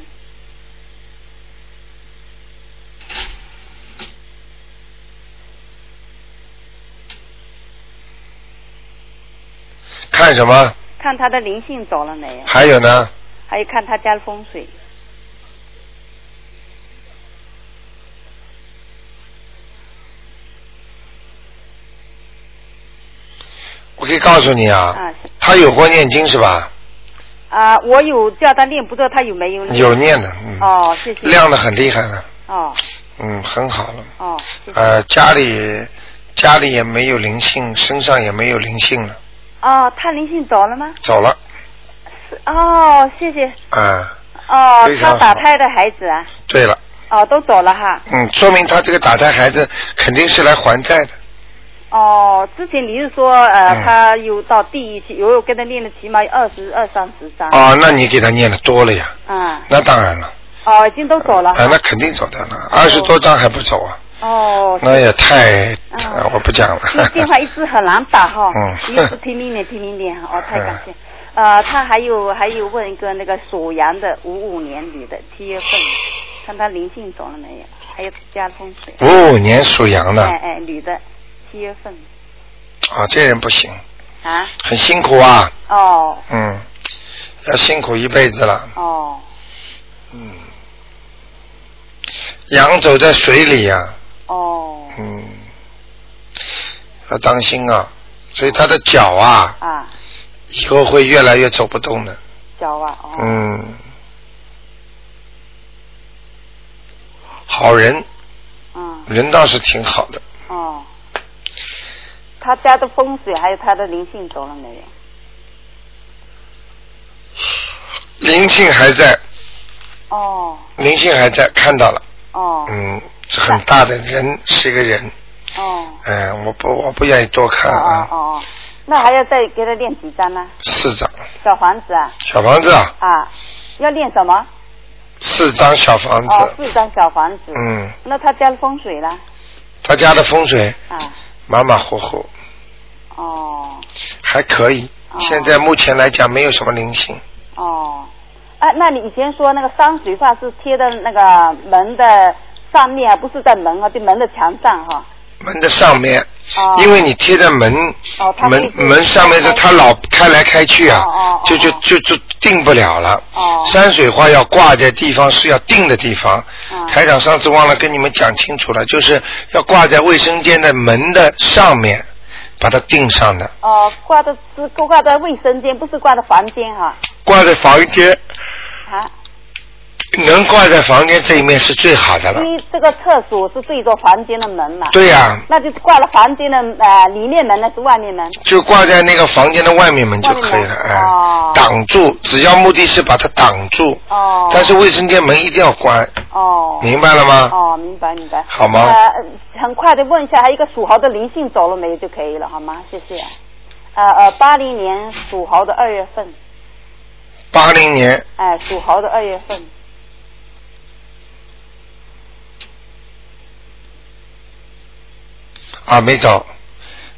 S1: 看什么？
S7: 看她的灵性走了没有，
S1: 还有呢？
S7: 还有看她家的风水。
S1: 我可以告诉你啊
S7: 啊，
S1: 他有过念经是吧？
S7: 啊、我有叫她念，不知道她有没有念。
S1: 有念的，嗯，
S7: 哦，谢谢。
S1: 亮的很厉害了，
S7: 哦
S1: 嗯，很好了。
S7: 哦，谢谢。
S1: 呃，家里家里也没有灵性，身上也没有灵性了，
S7: 哦，她灵性走了吗？
S1: 走了
S7: 是哦，谢谢。
S1: 啊。
S7: 哦
S1: 非，常
S7: 他
S1: 好
S7: 打胎的孩子啊，
S1: 对了，
S7: 哦，都走了哈。
S1: 嗯，说明他这个打胎孩子肯定是来还债的。
S7: 哦，之前你是说呃，
S1: 嗯
S7: 他有到地狱去，有我跟他念了起码有二十二三十章。
S1: 哦，那你给他念的多了呀，
S7: 嗯，
S1: 那当然了，
S7: 哦，已经都走了
S1: 啊
S7: 哈。，
S1: 那肯定走掉了，二十多张还不走啊，
S7: 哦，
S1: 那也太，
S7: 啊
S1: 我不讲了。
S7: 这电话一直很难打 哈，
S1: 嗯
S7: 一直拼命点拼命点 哈，哦，太感谢。呃，他还有还有问一个那个属羊的五五年女的七月份，看他灵性走了没有，还有加风水。
S1: 五五年属羊的
S7: 哎哎，女的七月份
S1: 啊，这人不行，
S7: 啊，
S1: 很辛苦啊，
S7: 哦
S1: 嗯，要辛苦一辈子了。
S7: 哦
S1: 嗯，羊走在水里呀、
S7: 哦
S1: 嗯，要当心啊，所以它的脚啊，
S7: 啊，
S1: 以后会越来越走不动的。
S7: 脚啊哦。
S1: 嗯，好人，
S7: 啊
S1: 人倒是挺好的，
S7: 哦，他家的风水还有他的灵性走了没有？
S1: 灵性还在，
S7: 哦
S1: 灵性还在，看到了，
S7: 哦
S1: 嗯，是很大的人，是一个人，
S7: 哦
S1: 嗯，我不我不愿意多看
S7: 哦
S1: 啊，
S7: 哦，那还要再给他练几张呢？
S1: 四张
S7: 小房子啊
S1: 小房子，啊，
S7: 啊，要练什么？
S1: 四张小房
S7: 哦，
S1: 子，
S7: 四张小房子。
S1: 嗯，
S7: 那他家的风水呢？
S1: 他家的风水
S7: 啊，
S1: 马马虎虎，
S7: 哦
S1: 还可以，
S7: 哦
S1: 现在目前来讲没有什么灵性，
S7: 哦，哎、啊，那你以前说那个山水画是贴在那个门的上面，不是在门啊，对门的墙上哈、
S1: 门的上面，
S7: 哦，
S1: 因为你贴在门
S7: 哦它会
S1: 门门上面是它老开来开去啊
S7: 哦哦哦，
S1: 就就
S7: 哦
S1: 就就定不了了。
S7: 哦
S1: 山水画要挂在地方是要定的地方
S7: 嗯。
S1: 台长上次忘了跟你们讲清楚了，就是要挂在卫生间的门的上面，把它定上的。
S7: 哦，挂的是挂在卫生间，不是挂在房间哈、
S1: 挂在房间，
S7: 啊，
S1: 能挂在房间这一面是最好的了。
S7: 因为这个厕所是对着房间的门嘛，
S1: 对呀、
S7: 那就挂了房间的呃里面门，那是外面门。
S1: 就挂在那个房间的外面门就可以了，
S7: 外面门
S1: 哎、
S7: 哦
S1: 挡住，只要目的是把它挡住，
S7: 哦
S1: 但是卫生间门一定要关，
S7: 哦
S1: 明白了吗？
S7: 哦，明白明白。
S1: 好吗
S7: 呃，很快的问一下，还有一个属猴的灵性走了没有就可以了，好吗？谢谢。呃呃，八零年属猴的二月份，
S1: 八零年
S7: 哎、属猴的二月份，
S1: 啊没走，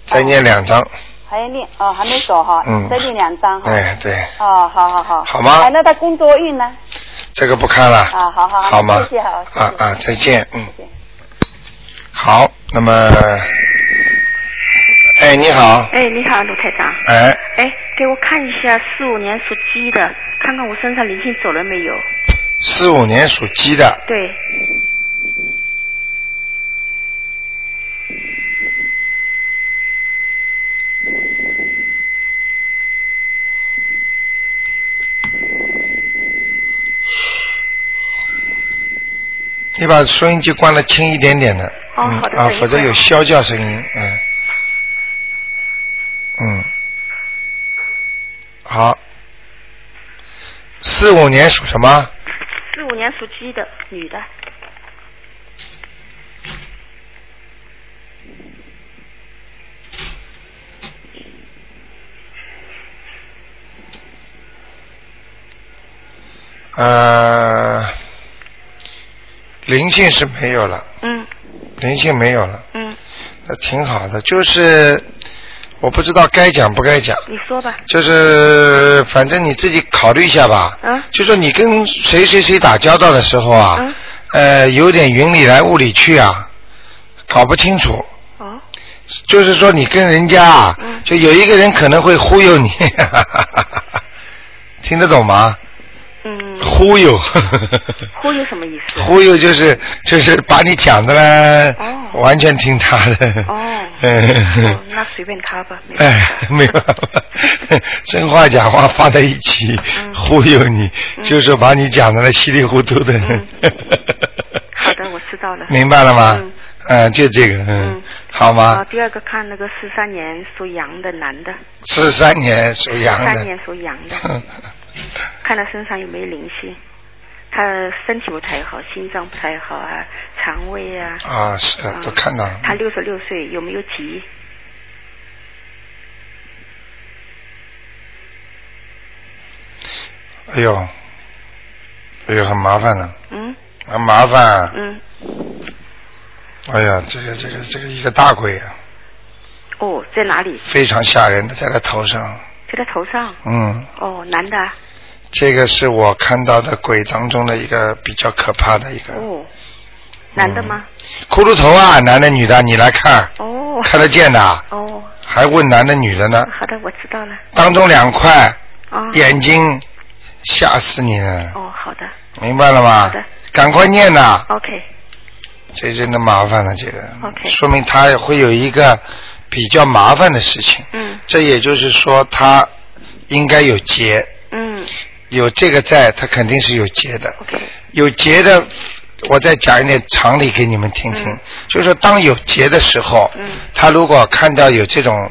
S1: 再念两张，
S7: 还要念哦，还没走哈，
S1: 嗯
S7: 再念两张哈。
S1: 哎对，
S7: 哦，好好好。
S1: 好吗
S7: 哎、那他工作运呢？
S1: 这个不看了，
S7: 啊，好好
S1: 吗？
S7: 谢谢好，谢谢
S1: 啊啊，再见，嗯
S7: 谢谢，
S1: 好，那么，哎你好，
S8: 哎，你好，卢台长。
S1: 哎，
S8: 哎，给我看一下四五年属鸡的，看看我身上灵性走了没有？
S1: 四五年属鸡的，
S8: 对，
S1: 你把收音机关的轻一点点的，
S8: 哦
S1: 嗯
S8: 好的等一会
S1: 啊，
S8: 儿
S1: 否则有啸叫声音，嗯，嗯，好，四五年属什么？
S8: 四五年属鸡的女的，
S1: 呃，灵性是没有了，
S8: 嗯
S1: 灵性没有了，
S8: 嗯，
S1: 那挺好的，就是我不知道该讲不该讲，
S8: 你说吧，
S1: 就是反正你自己考虑一下吧。
S8: 嗯
S1: 就说你跟谁谁谁打交道的时候啊，
S8: 嗯
S1: 呃，有点云里来雾里去啊，搞不清楚。
S8: 哦，
S1: 就是说你跟人家啊，
S8: 嗯
S1: 就有一个人可能会忽悠你， 听得懂吗？
S8: 嗯，
S1: 忽 悠，
S8: 忽悠什么意思？
S1: 忽悠就是就是把你讲的呢，
S8: 哦
S1: 完全听他的。
S8: 哦
S1: 嗯
S8: 哦，那随便他吧，没办
S1: 哎
S8: 法，
S1: 没办法， 真话假话放在一起、
S8: 嗯
S1: 忽悠你，
S8: 嗯
S1: 就是把你讲的稀里糊涂的。
S8: 嗯好的，我知道了。
S1: 明白了吗？
S8: 嗯
S1: 呃就这个，嗯，
S8: 嗯
S1: 好
S8: 啊，
S1: 吗？
S8: 第二个看那个四三年属羊的男的，
S1: 四三年属羊
S8: 三
S1: 的，
S8: 年属羊的，看他身上有没有灵性。他身体不太好，心脏不太好啊，肠胃啊。
S1: 啊，是啊
S8: 嗯
S1: 都看到了。
S8: 他六十六岁，有没有急？
S1: 哎呦，哎呦，很麻烦的，
S8: 嗯
S1: 很麻烦啊、
S8: 嗯，
S1: 哎呀，这个这个这个一个大鬼啊，
S8: 哦，在哪里？
S1: 非常吓人的，在他头上。
S8: 在他头上。
S1: 嗯，
S8: 哦，男的啊。
S1: 这个是我看到的鬼当中的一个比较可怕的一个。
S8: 哦，男
S1: 嗯
S8: 的吗？
S1: 骷髅头啊，男的女的，你来看，
S8: 哦
S1: 看得见的，啊
S8: 哦，
S1: 还问男的女的呢，
S8: 好的，我知道了。
S1: 当中两块
S8: 啊。
S1: 眼睛，吓死你了，
S8: 哦，好的
S1: 明白了
S8: 好
S1: 吗
S8: 的？
S1: 赶快念呐，
S8: ，OK，
S1: 这真的麻烦了，这个
S8: OK
S1: 说明他会有一个比较麻烦的事情，
S8: 嗯
S1: 这也就是说他应该有劫，
S8: 嗯
S1: 有这个在，他肯定是有劫的，
S8: ，OK，
S1: 有劫的我再讲一点常理给你们听听，就是说当有劫的时候，
S8: 嗯
S1: 他如果看到有这种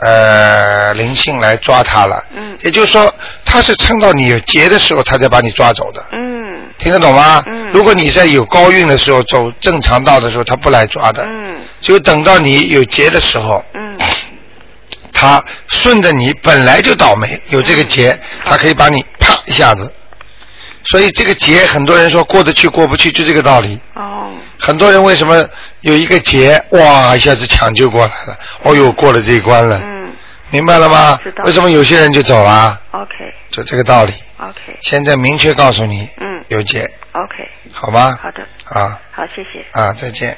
S1: 呃灵性来抓他了，
S8: 嗯
S1: 也就是说他是趁到你有劫的时候，他才把你抓走的，
S8: 嗯
S1: 听得懂吗？
S8: 嗯
S1: 如果你在有高运的时候走正常道的时候，他不来抓的，
S8: 嗯
S1: 只有等到你有劫的时候，
S8: 嗯
S1: 他顺着你本来就倒霉，有这个劫，他可以把你啪一下子。所以这个劫，很多人说过得去过不去，就这个道理。
S8: 哦
S1: 很多人为什么有一个劫，哇，一下子抢救过来了，哦呦，过了这一关了，
S8: 嗯
S1: 明白了吗
S8: 知道？
S1: 为什么有些人就走了？
S8: ，OK
S1: 就这个道理。
S8: OK
S1: 现在明确告诉你，
S8: 嗯
S1: 有劫，
S8: OK
S1: 好吗？
S8: 好的
S1: 啊
S8: 好谢谢。
S1: 啊，再见。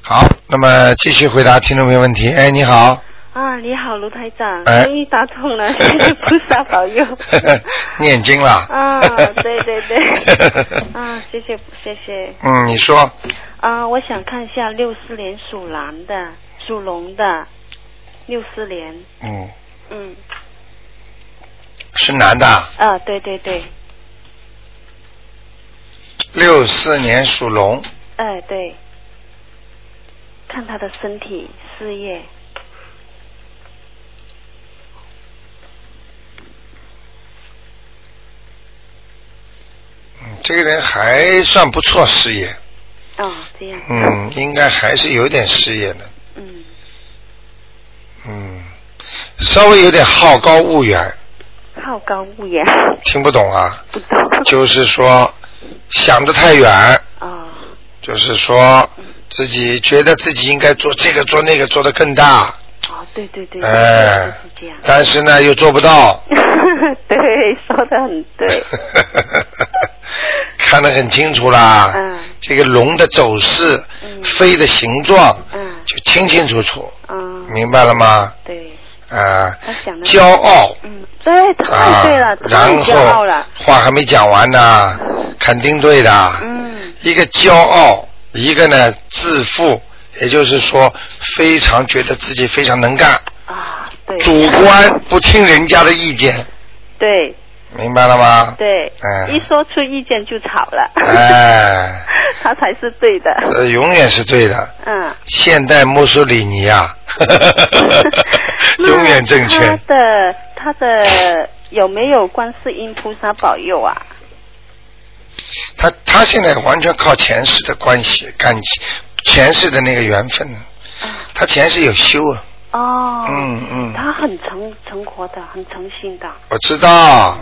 S1: 好，那么继续回答听众朋友问题。哎，你好。
S9: 啊，你好，卢台长，
S1: 哎
S9: 终于打通了， 谢谢菩萨保佑。
S1: 念经了。
S9: 啊，对对 对，啊，谢谢谢谢。
S1: 嗯，你说
S9: 啊，我想看一下六四年属狼的、属龙的，六四年，
S1: 嗯，
S9: 嗯，
S1: 是男的啊，
S9: 啊，对对对，
S1: 六四年属龙，
S9: 哎对，看他的身体、事业，
S1: 嗯，这个人还算不错，事业，
S9: 哦，这样，
S1: 嗯，应该还是有点事业的，
S9: 嗯
S1: 嗯，稍微有点好高骛远，
S9: 好高骛远，
S1: 听不懂啊，
S9: 不懂，
S1: 就是说想得太远，
S9: 啊，
S1: 就是说自己觉得自己应该做这个做那个做得更大，
S9: 哦，对对对，
S1: 哎
S9: 是这样。
S1: 但是呢又做不到，
S9: 对，说的很对。
S1: 看得很清楚啦。
S9: 嗯
S1: 这个龙的走势、
S9: 嗯
S1: 飞的形状，
S9: 嗯
S1: 就清清楚楚，
S9: 嗯，
S1: 明白了吗？
S9: 对，
S1: 啊、
S9: 他想的。
S1: 骄傲
S9: 嗯，对，
S1: 啊
S9: 太对了，，太
S1: 然
S9: 骄傲
S1: 后
S9: 了。
S1: 话还没讲完呢，肯定对的。
S9: 嗯
S1: 一个骄傲，一个呢自负，也就是说非常觉得自己非常能干，
S9: 啊，对，
S1: 主观不听人家的意见，
S9: 对
S1: 明白了吗？
S9: 对，
S1: 嗯
S9: 一说出意见就吵了。
S1: 哎，
S9: 他才是对的。
S1: 呃，永远是对的。
S9: 嗯。
S1: 现代墨索里尼 啊，永远正确
S9: 那。他的他的有没有观世音菩萨保佑啊？
S1: 他他现在完全靠前世的关系、感情、前世的那个缘分。他前世有修啊，
S9: 啊哦。
S1: 嗯嗯
S9: 他很诚诚活的，很诚信的。
S1: 我知道，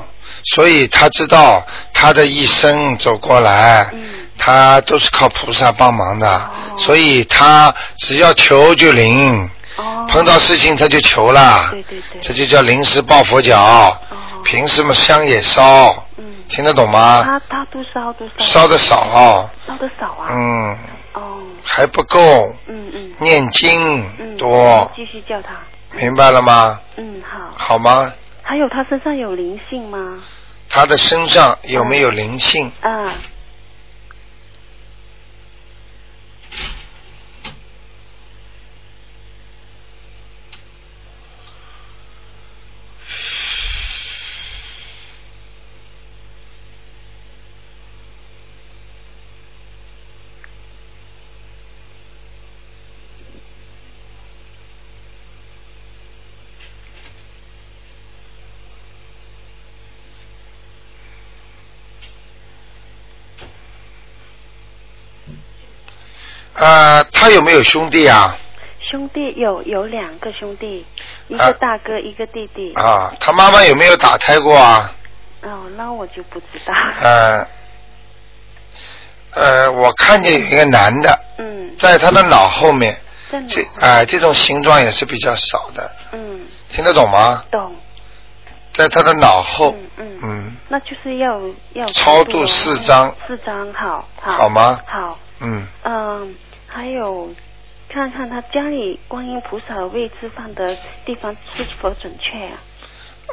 S1: 所以他知道他的一生走过来，
S9: 嗯
S1: 他都是靠菩萨帮忙的，所以他只要求就灵，
S9: 哦。
S1: 碰到事情他就求了，
S9: 对对对
S1: 这就叫临时抱佛脚，
S9: 哦
S1: 平时嘛香也烧，
S9: 嗯。
S1: 听得懂吗？
S9: 他他多烧多烧。
S1: 烧的少，哦
S9: 烧的少啊。
S1: 嗯，
S9: 哦，
S1: 还不够，
S9: 嗯嗯
S1: 念经
S9: 嗯，
S1: 多，
S9: 继续叫他。
S1: 明白了吗？
S9: 嗯，好。
S1: 好吗？
S9: 还有他身上有灵性吗？
S1: 他的身上有没有灵性？
S9: 啊，
S1: 呃，他有没有兄弟啊？
S9: 兄弟有有两个兄弟，一
S1: 啊
S9: 个大哥，一个弟弟。
S1: 啊，他妈妈有没有打胎过啊？
S9: 哦，那我就不知道。
S1: 呃，呃，我看见有一个男的
S9: 嗯，
S1: 在他的脑后面，
S9: 在哪
S1: 这？哎、这种形状也是比较少的，
S9: 嗯，
S1: 听得懂吗？
S9: 懂。
S1: 在他的脑后，
S9: 嗯嗯，
S1: 嗯
S9: 那就是要要
S1: 超度
S9: 度
S1: 四
S9: 嗯
S1: 张
S9: 四张，好，好，
S1: 好吗
S9: 好，
S1: 嗯，
S9: 嗯，还有。看看他家里观音菩萨的位置放的地方是否准确啊？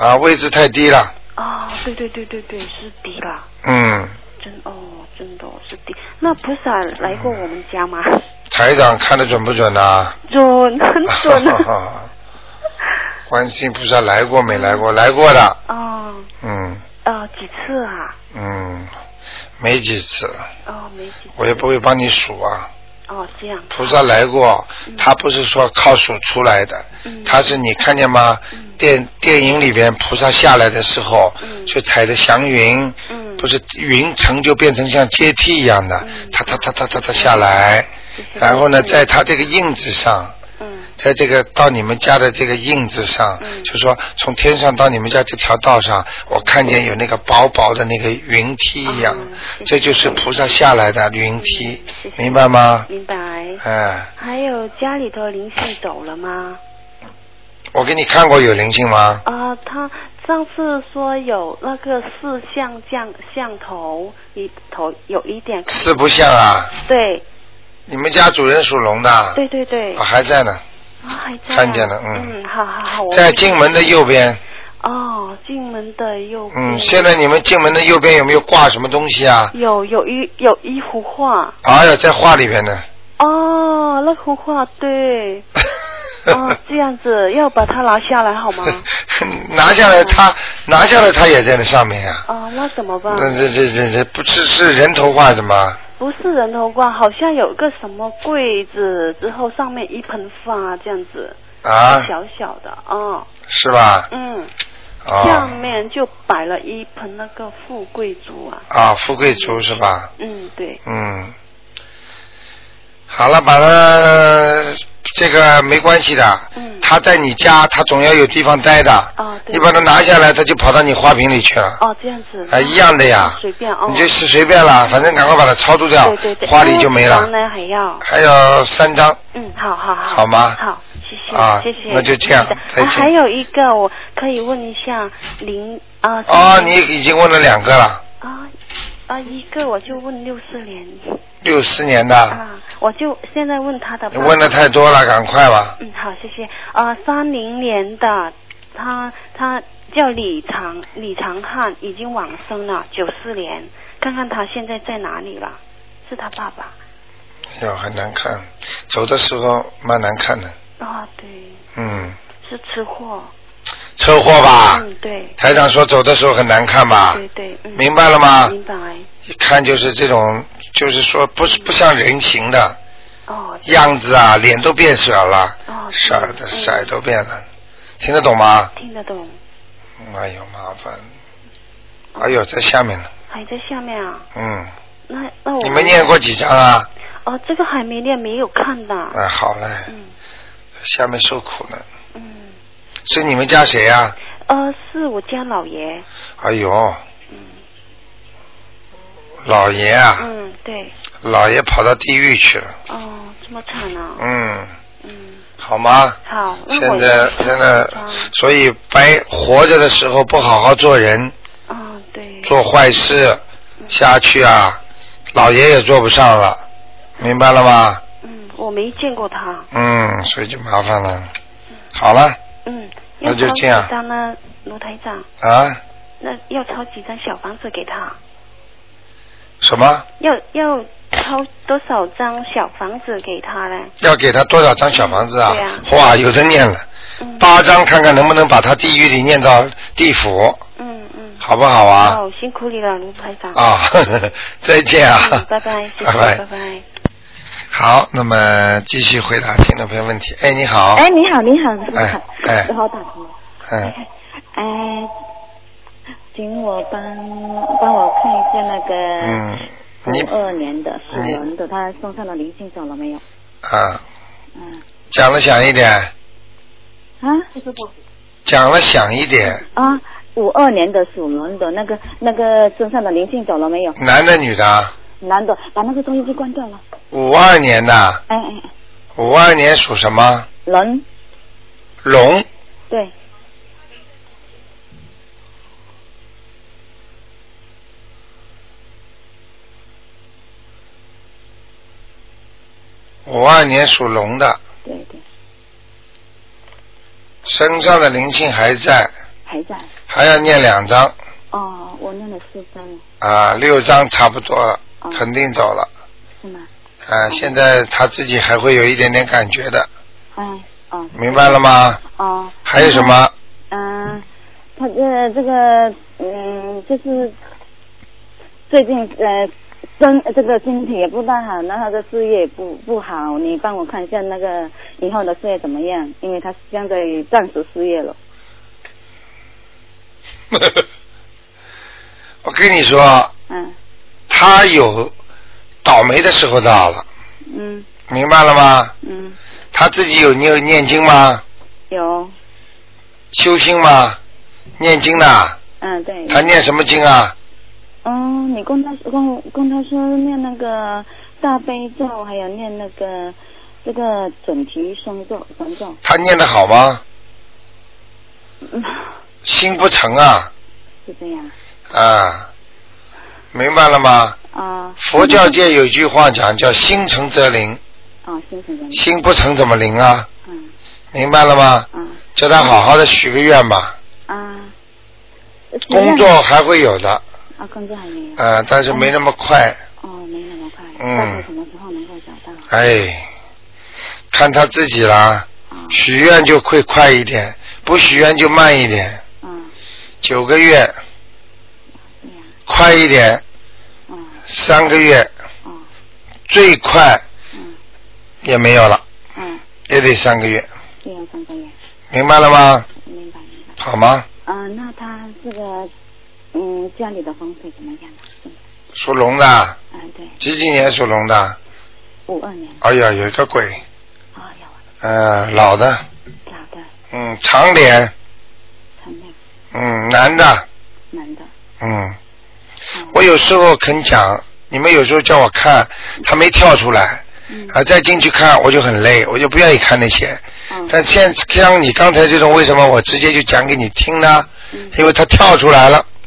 S1: 啊，位置太低了，
S9: 哦，对对对对对，是的啦。
S1: 嗯，
S9: 真哦，真的哦是的。那菩萨来过我们家 吗？
S1: 台长看的准不准呢、 啊？
S9: 准，很准啊。
S1: 观世音菩萨来过没来过？来过的，
S9: 哦，
S1: 嗯
S9: 呃，几次啊？
S1: 嗯，没几次，
S9: 哦，没几
S1: 我也不会帮你数啊。
S9: 哦，这样。
S1: 菩萨来过，他不是说靠数出来的，他是你看见吗？电电影里边菩萨下来的时候，就踩着祥云，不是云层就变成像阶梯一样的，他他他他他他下来，然后呢，在他这个印子上。在这个到你们家的这个印子上，就说从天上到你们家这条道上，我看见有那个薄薄的那个云梯一样，这就是菩萨下来的云梯，明白吗？
S9: 明白。
S1: 哎，
S9: 还有家里头灵性走了吗？
S1: 我给你看过有灵性吗？
S9: 啊、他上次说有那个四象降象头，一头有一点看
S1: 四不像啊，
S9: 对
S1: 你们家主人属龙的，
S9: 对对对，
S1: 啊还在呢，
S9: 啊还在啊
S1: 看见了，嗯，
S9: 嗯，好好好，我
S1: 在进门的右边，
S9: 哦，进门的右边，
S1: 嗯，现在你们进门的右边有没有挂什么东西啊？
S9: 有有一有一幅画，
S1: 哎呀，在画里边呢，
S9: 哦，那幅画 对，哦这样子要把它拿下来 好吗？嗯
S1: 拿下来它拿下来它也在那上面呀、
S9: 啊、那怎么办？
S1: 那这这这这不是是人头画什么？
S9: 不是人头挂，好像有个什么柜子，之后上面一盆花这样子，
S1: 啊
S9: 小小的，嗯
S1: 是吧？
S9: 嗯，下
S1: 啊
S9: 面就摆了一盆那个富贵竹啊，
S1: 啊，富贵竹是吧？
S9: 嗯，对，
S1: 嗯，好了，把它这个没关系的。嗯。他在你家，他总要有地方待的。
S9: 哦
S1: 你把它拿下来，他就跑到你花瓶里去了。
S9: 哦，这样子，
S1: 啊，一样的呀。
S9: 随便哦，
S1: 你就是随便了，反正赶快把它超度掉，
S9: 对对对，
S1: 花里就没
S9: 还有
S1: 了
S9: 几张。呢还要，
S1: 还有三张，
S9: 嗯，好好好，
S1: 好吗
S9: 好，谢谢，
S1: 啊
S9: 谢谢，
S1: 那就这样
S9: 是的
S1: 再见
S9: 啊还有一个，我可以问一下零啊，
S1: 哦，你已经问了两个了，
S9: 啊啊，一个我就问六四年，
S1: 六四年的，
S9: 啊，我就现在问他的
S1: 你
S9: 爸爸，
S1: 问的太多了，赶快吧。
S9: 嗯，好，谢谢。呃，三零年的，他他叫李长李长汉，已经往生了，九四年，看看他现在在哪里了？是他爸爸。
S1: 哟，很难看，走的时候蛮难看的，
S9: 啊，对，
S1: 嗯，
S9: 是吃货。
S1: 车祸吧？
S9: 嗯，对。
S1: 台长说走的时候很难看吧？
S9: 对对，嗯。
S1: 明白了吗
S9: 明白。嗯
S1: 一看就是这种，就是说不是不像人形的。
S9: 哦
S1: 样子啊，脸都变小了，色儿
S9: 嗯
S1: 的色儿都变了，听得懂吗？
S9: 听得懂，
S1: 哎呦，麻烦！哎呦，在下面呢，
S9: 还在下面啊？
S1: 嗯，
S9: 那那我。
S1: 你们念过几章？啊？
S9: 哦，这个还没念，没有看的。
S1: 哎，好嘞，下面受苦了。
S9: 嗯。
S1: 是你们家谁呀、
S9: 呃，是我家老爷。
S1: 哎呦，老爷啊，
S9: 嗯，对。
S1: 老爷跑到地狱去了，
S9: 哦，这么惨啊！
S1: 嗯，好吗？
S9: 好，那我
S1: 现在现在，所以白活着的时候不好好做人，
S9: 哦
S1: 对，做坏事
S9: 嗯
S1: 下去啊，老爷也做不上了，明白了吗？
S9: 嗯我没见过他。
S1: 嗯，所以就麻烦了。好了
S9: 嗯，
S1: 那
S9: 要
S1: 就
S9: 抄
S1: 这样
S9: 几张呢，卢台长？
S1: 啊，
S9: 那要抄几张小房子给他？
S1: 什么
S9: 要要抄多少张小房子给他呢？
S1: 要给他多少张小房子啊
S9: 对啊？嗯
S1: 哇，有的念了，八张看看能不能把他地狱里念到地府，
S9: 嗯嗯。
S1: 好不好啊？
S9: 哦，辛苦你了，卢台长。
S1: 啊， 呵呵再见啊！
S9: 嗯拜拜，谢谢，
S1: 拜拜
S9: 拜拜。
S1: 好，那么继续回答听众朋友问题。哎，你好。
S10: 哎，你好，你好，你好
S1: 哎，哎
S10: 我好打通了。
S1: 嗯，
S10: 哎，请我帮帮我看一下那个
S1: 嗯，
S10: 五二年的属
S1: 你
S10: 龙的，他身上的灵性走了没有？
S1: 啊，讲了响一点，
S10: 啊
S1: 讲了响一点，
S10: 啊，五二年的属龙的那个那个身上的灵性走了没有？
S1: 男的女的啊？
S10: 男的，把那个收音机关掉了。
S1: 五二年的，
S10: 哎哎，哎
S1: 五二年属什么？
S10: 龙
S1: 龙，
S10: 对，
S1: 五二年属龙的，
S10: 对对，
S1: 身上的灵性还在，
S10: 还在。
S1: 还要念两张
S10: 哦，我念了四张了，
S1: 啊，六张差不多了，肯定走了
S10: 哦是吗？
S1: 啊。现在他自己还会有一点点感觉的，
S10: 哎，哦。
S1: 明白了吗？
S10: 哦。
S1: 还有什么？
S10: 呃嗯，他这这个嗯，就是最近呃身这个身体也不大好，然后这事业也不不好，你帮我看一下那个以后的事业怎么样？因为他现在暂时失业了。
S1: 我跟你说，
S10: 嗯
S1: 他有倒霉的时候到了，
S10: 嗯
S1: 明白了吗？
S10: 嗯，
S1: 他自己有念念经吗？
S10: 有
S1: 修心吗？念经的，
S10: 嗯对。
S1: 他念什么经啊？
S10: 哦，你跟他跟我跟他说念那个大悲咒，还有念那个这个准提双咒三咒。
S1: 他念的好吗？
S10: 嗯，
S1: 心不诚啊
S10: 是这样
S1: 啊，明白了吗？
S10: 啊。
S1: 佛教界有句话讲叫心诚则灵，
S10: 啊，先生的。
S1: 心不诚怎么灵啊？
S10: 嗯
S1: 明白了吗？叫他好好的许个愿吧，
S10: 啊。
S1: 工作还会有的，
S10: 啊，工作还没有。
S1: 啊，但是没那么快，
S10: 哦，没那么快。
S1: 嗯
S10: 大概什么时候能够找到？
S1: 哎，看他自己啦，
S10: 哦
S1: 许愿就会快一点，不许愿就慢一点。
S10: 哦
S1: 九个月，快一点，
S10: 哦
S1: 三个月，最快也没有了，
S10: 嗯，
S1: 也得三个月，
S10: 这样三个月。
S1: 明白了吗？
S10: 明白。
S1: 好吗？
S10: 啊、那他这个，嗯，家里的风水怎么样？
S1: 属龙的，
S10: 啊，对，
S1: 几几年属龙的？
S10: 五二年。
S1: 哎呀，有一个鬼。嗯，老哎的。老的。嗯，长脸。长脸。嗯，男的。
S10: 男的。
S1: 嗯，我有时候肯讲，你们有时候叫我看，他没跳出来，啊，再进去看我就很累，我就不愿意看那些。但现在像你刚才这种，为什么我直接就讲给你听呢？因为他嗯跳出来了。嗯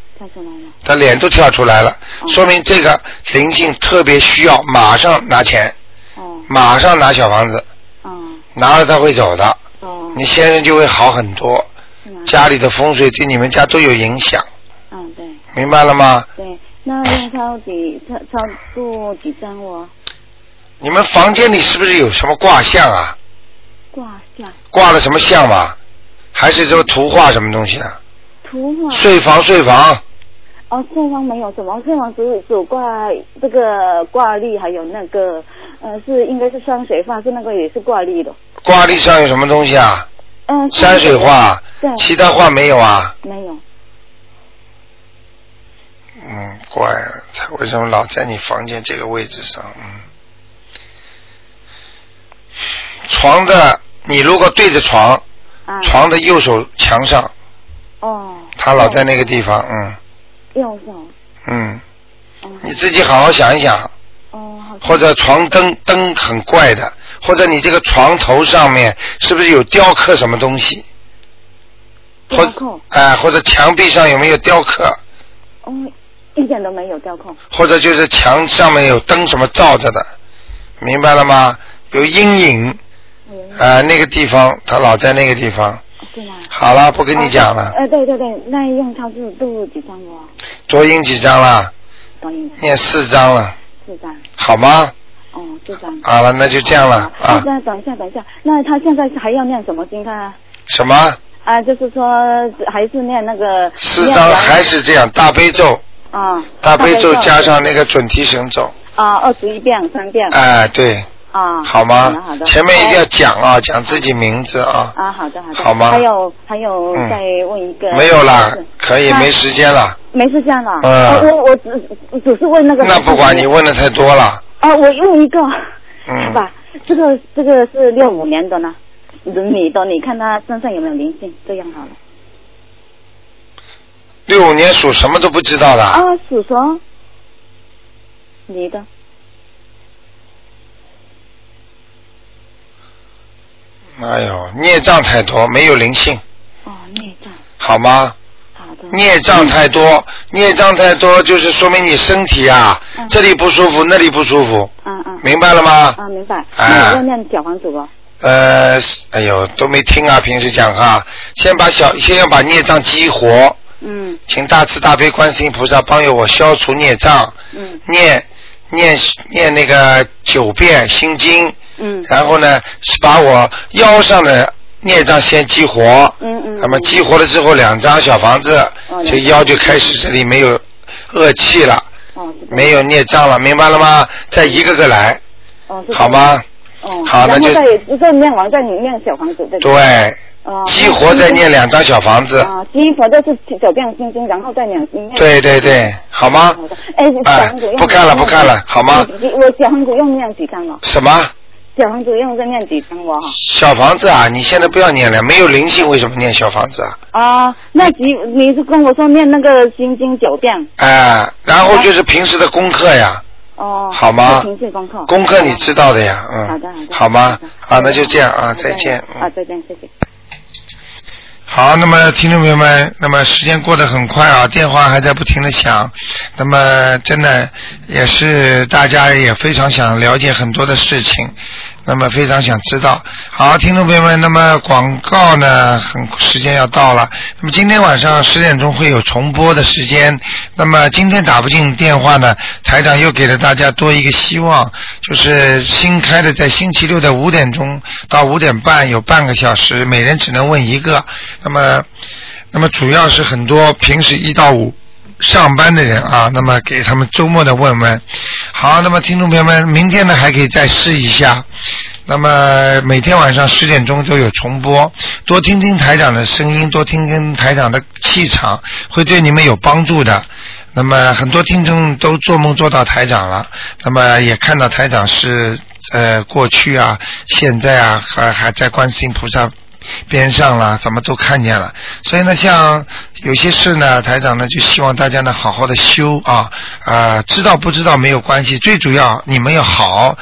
S1: 他脸都跳出来了，说明这个灵性特别需要马上拿钱，马上拿小房子，
S10: 嗯
S1: 拿了他会走的，
S10: 哦
S1: 你先生就会好很多，家里的风水对你们家都有影响，
S10: 嗯，对
S1: 明白了吗？
S10: 对。那要超几超超度几张哦？
S1: 你们房间里是不是有什么卦象啊？
S10: 挂像
S1: 挂了什么象吗？还是说图画什么东西啊？
S10: 图画。
S1: 睡房睡房，
S10: 哦，睡房没有什么，睡房只只挂这个挂历，还有那个呃是应该是山水画，是那个也是挂历的。
S1: 挂历上有什么东西啊？
S10: 嗯、
S1: 山水画
S10: 对，，
S1: 其他画没有啊？
S10: 没有。
S1: 嗯，怪了，他为什么老在你房间这个位置上？嗯，床的，你如果对着床，
S10: 啊。
S1: 床的右手墙上，
S10: 哦，
S1: 他老在那个地方，嗯
S10: 右手。
S1: 嗯，你自己好好想一想。或者床灯灯很怪的，或者你这个床头上面是不是有雕刻什么东西？或
S10: 雕刻
S1: 哎、或者墙壁上有没有雕刻？
S10: 哦，一点都没有调控。
S1: 或者就是墙上面有灯什么照着的，明白了吗？有阴影，啊、那个地方他老在那个地方。
S10: 对吗？
S1: 啊好了，不跟你讲了，
S10: 呃，对对对，那用超度度几张哦？
S1: 多印几张了，
S10: 多印
S1: 念四张了，
S10: 四张，
S1: 好吗？
S10: 哦，四张。
S1: 好了，那就这样了啊。
S10: 那等一下，等一下，那他现在还要念什么经啊？
S1: 什么？
S10: 啊，就是说还是念那个
S1: 四张还是这样，大悲咒，
S10: 啊，
S1: 大悲咒加上那个准提神咒，
S10: 啊二十一遍三遍
S1: 哎、对，
S10: 啊，
S1: 好吗
S10: 的好？的，
S1: 前面一定要讲啊，讲自己名字啊。
S10: 啊，好的好的，
S1: 好吗
S10: 还有还有
S1: 嗯
S10: 再问一个，
S1: 没有啦
S10: 就是，
S1: 可以，
S10: 那
S1: 没时间了。
S10: 没事这样了，
S1: 嗯
S10: 啊我我只只是问那个，
S1: 那不管你问的太多了，
S10: 啊，我用一个。好
S1: 嗯，
S10: 吧，这个这个是六五年的呢，女的，你看她身上有没有灵性？这样好了。
S1: 六五年属什么都不知道的，
S10: 啊，属蛇，女的，
S1: 哎呦，孽障太多，没有灵性，
S10: 哦，孽障，
S1: 好吗？孽障太多，孽障太多就是说明你身体啊，这里不舒服，那里不舒服，
S10: 嗯嗯。
S1: 明白了吗？
S10: 啊，明白。
S1: 哎
S10: 那我问念小房子吧。嗯
S1: 呃，哎呦，都没听啊，平时讲哈，先把小，先要把孽障激活，
S10: 嗯
S1: 请大慈大悲观世音菩萨帮佑我消除孽障，
S10: 嗯
S1: 念念念那个九遍心经，
S10: 嗯
S1: 然后呢，是把我腰上的孽障先激活，
S10: 嗯嗯。哦
S1: 那么激活了之后，两张小房子，这腰就开始这里没有恶气了，
S10: 哦，是这样
S1: 没有孽障了，明白了吗？再一个个来，
S10: 哦，是这样
S1: 好吗？？
S10: 哦，
S1: 好那
S10: 然后
S1: 就
S10: 再再念完再念小房子，对不对？
S1: 对，
S10: 哦，
S1: 激活再念两张小房子，
S10: 啊，激活的是九遍心经，然后再两念。
S1: 对对对，好吗？
S10: 哎，小房子用啊
S1: 不看了不看了好吗
S10: 我小房子用念几张了？
S1: 什么
S10: 小房子用再念几张我？
S1: 小房子啊？你现在不要念了，没有灵性为什么念小房子啊？
S10: 啊，那几你是跟我说念那个心经九遍
S1: 哎，然后就是平时的功课呀，
S10: 哦？
S1: 好吗
S10: 是平时功课。
S1: 功课你知道的呀，
S10: 好
S1: 嗯，
S10: 的好的。
S1: 好吗？啊，那就这样啊，再见。
S10: 啊，再见，谢谢。
S1: 好，那么听众朋友们，那么时间过得很快啊，电话还在不停的响，那么真的也是大家也非常想了解很多的事情，那么非常想知道。好，听众朋友们，那么广告呢，很时间要到了，那么今天晚上十点钟会有重播的时间，那么今天打不进电话呢，台长又给了大家多一个希望，就是新开的在星期六的五点钟到五点半有半个小时，每人只能问一个。那么，那么主要是很多平时一到五上班的人啊，那么给他们周末的问问。好，那么听众朋友们，明天呢还可以再试一下。那么每天晚上十点钟都有重播，多听听台长的声音，多听听台长的气场，会对你们有帮助的。那么很多听众都做梦做到台长了，那么也看到台长是呃过去啊、现在啊，还还在观世音菩萨边上啦，咱们都看见了。所以呢，像有些事呢，台长呢就希望大家呢好好的修啊啊、知道不知道没有关系，最主要你们要好，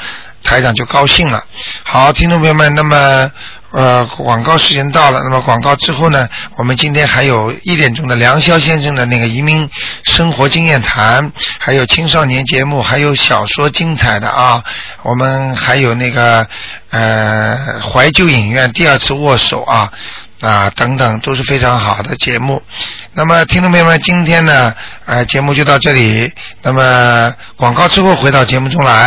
S1: 台长就高兴了。好，听众朋友们，那么。呃，广告时间到了。那么广告之后呢，我们今天还有一点钟的梁霄先生的那个移民生活经验谈，还有青少年节目，还有小说精彩的啊。我们还有那个呃怀旧影院第二次握手啊啊等等，都是非常好的节目。那么听众朋友们，今天呢，呃，节目就到这里。那么广告之后回到节目中来。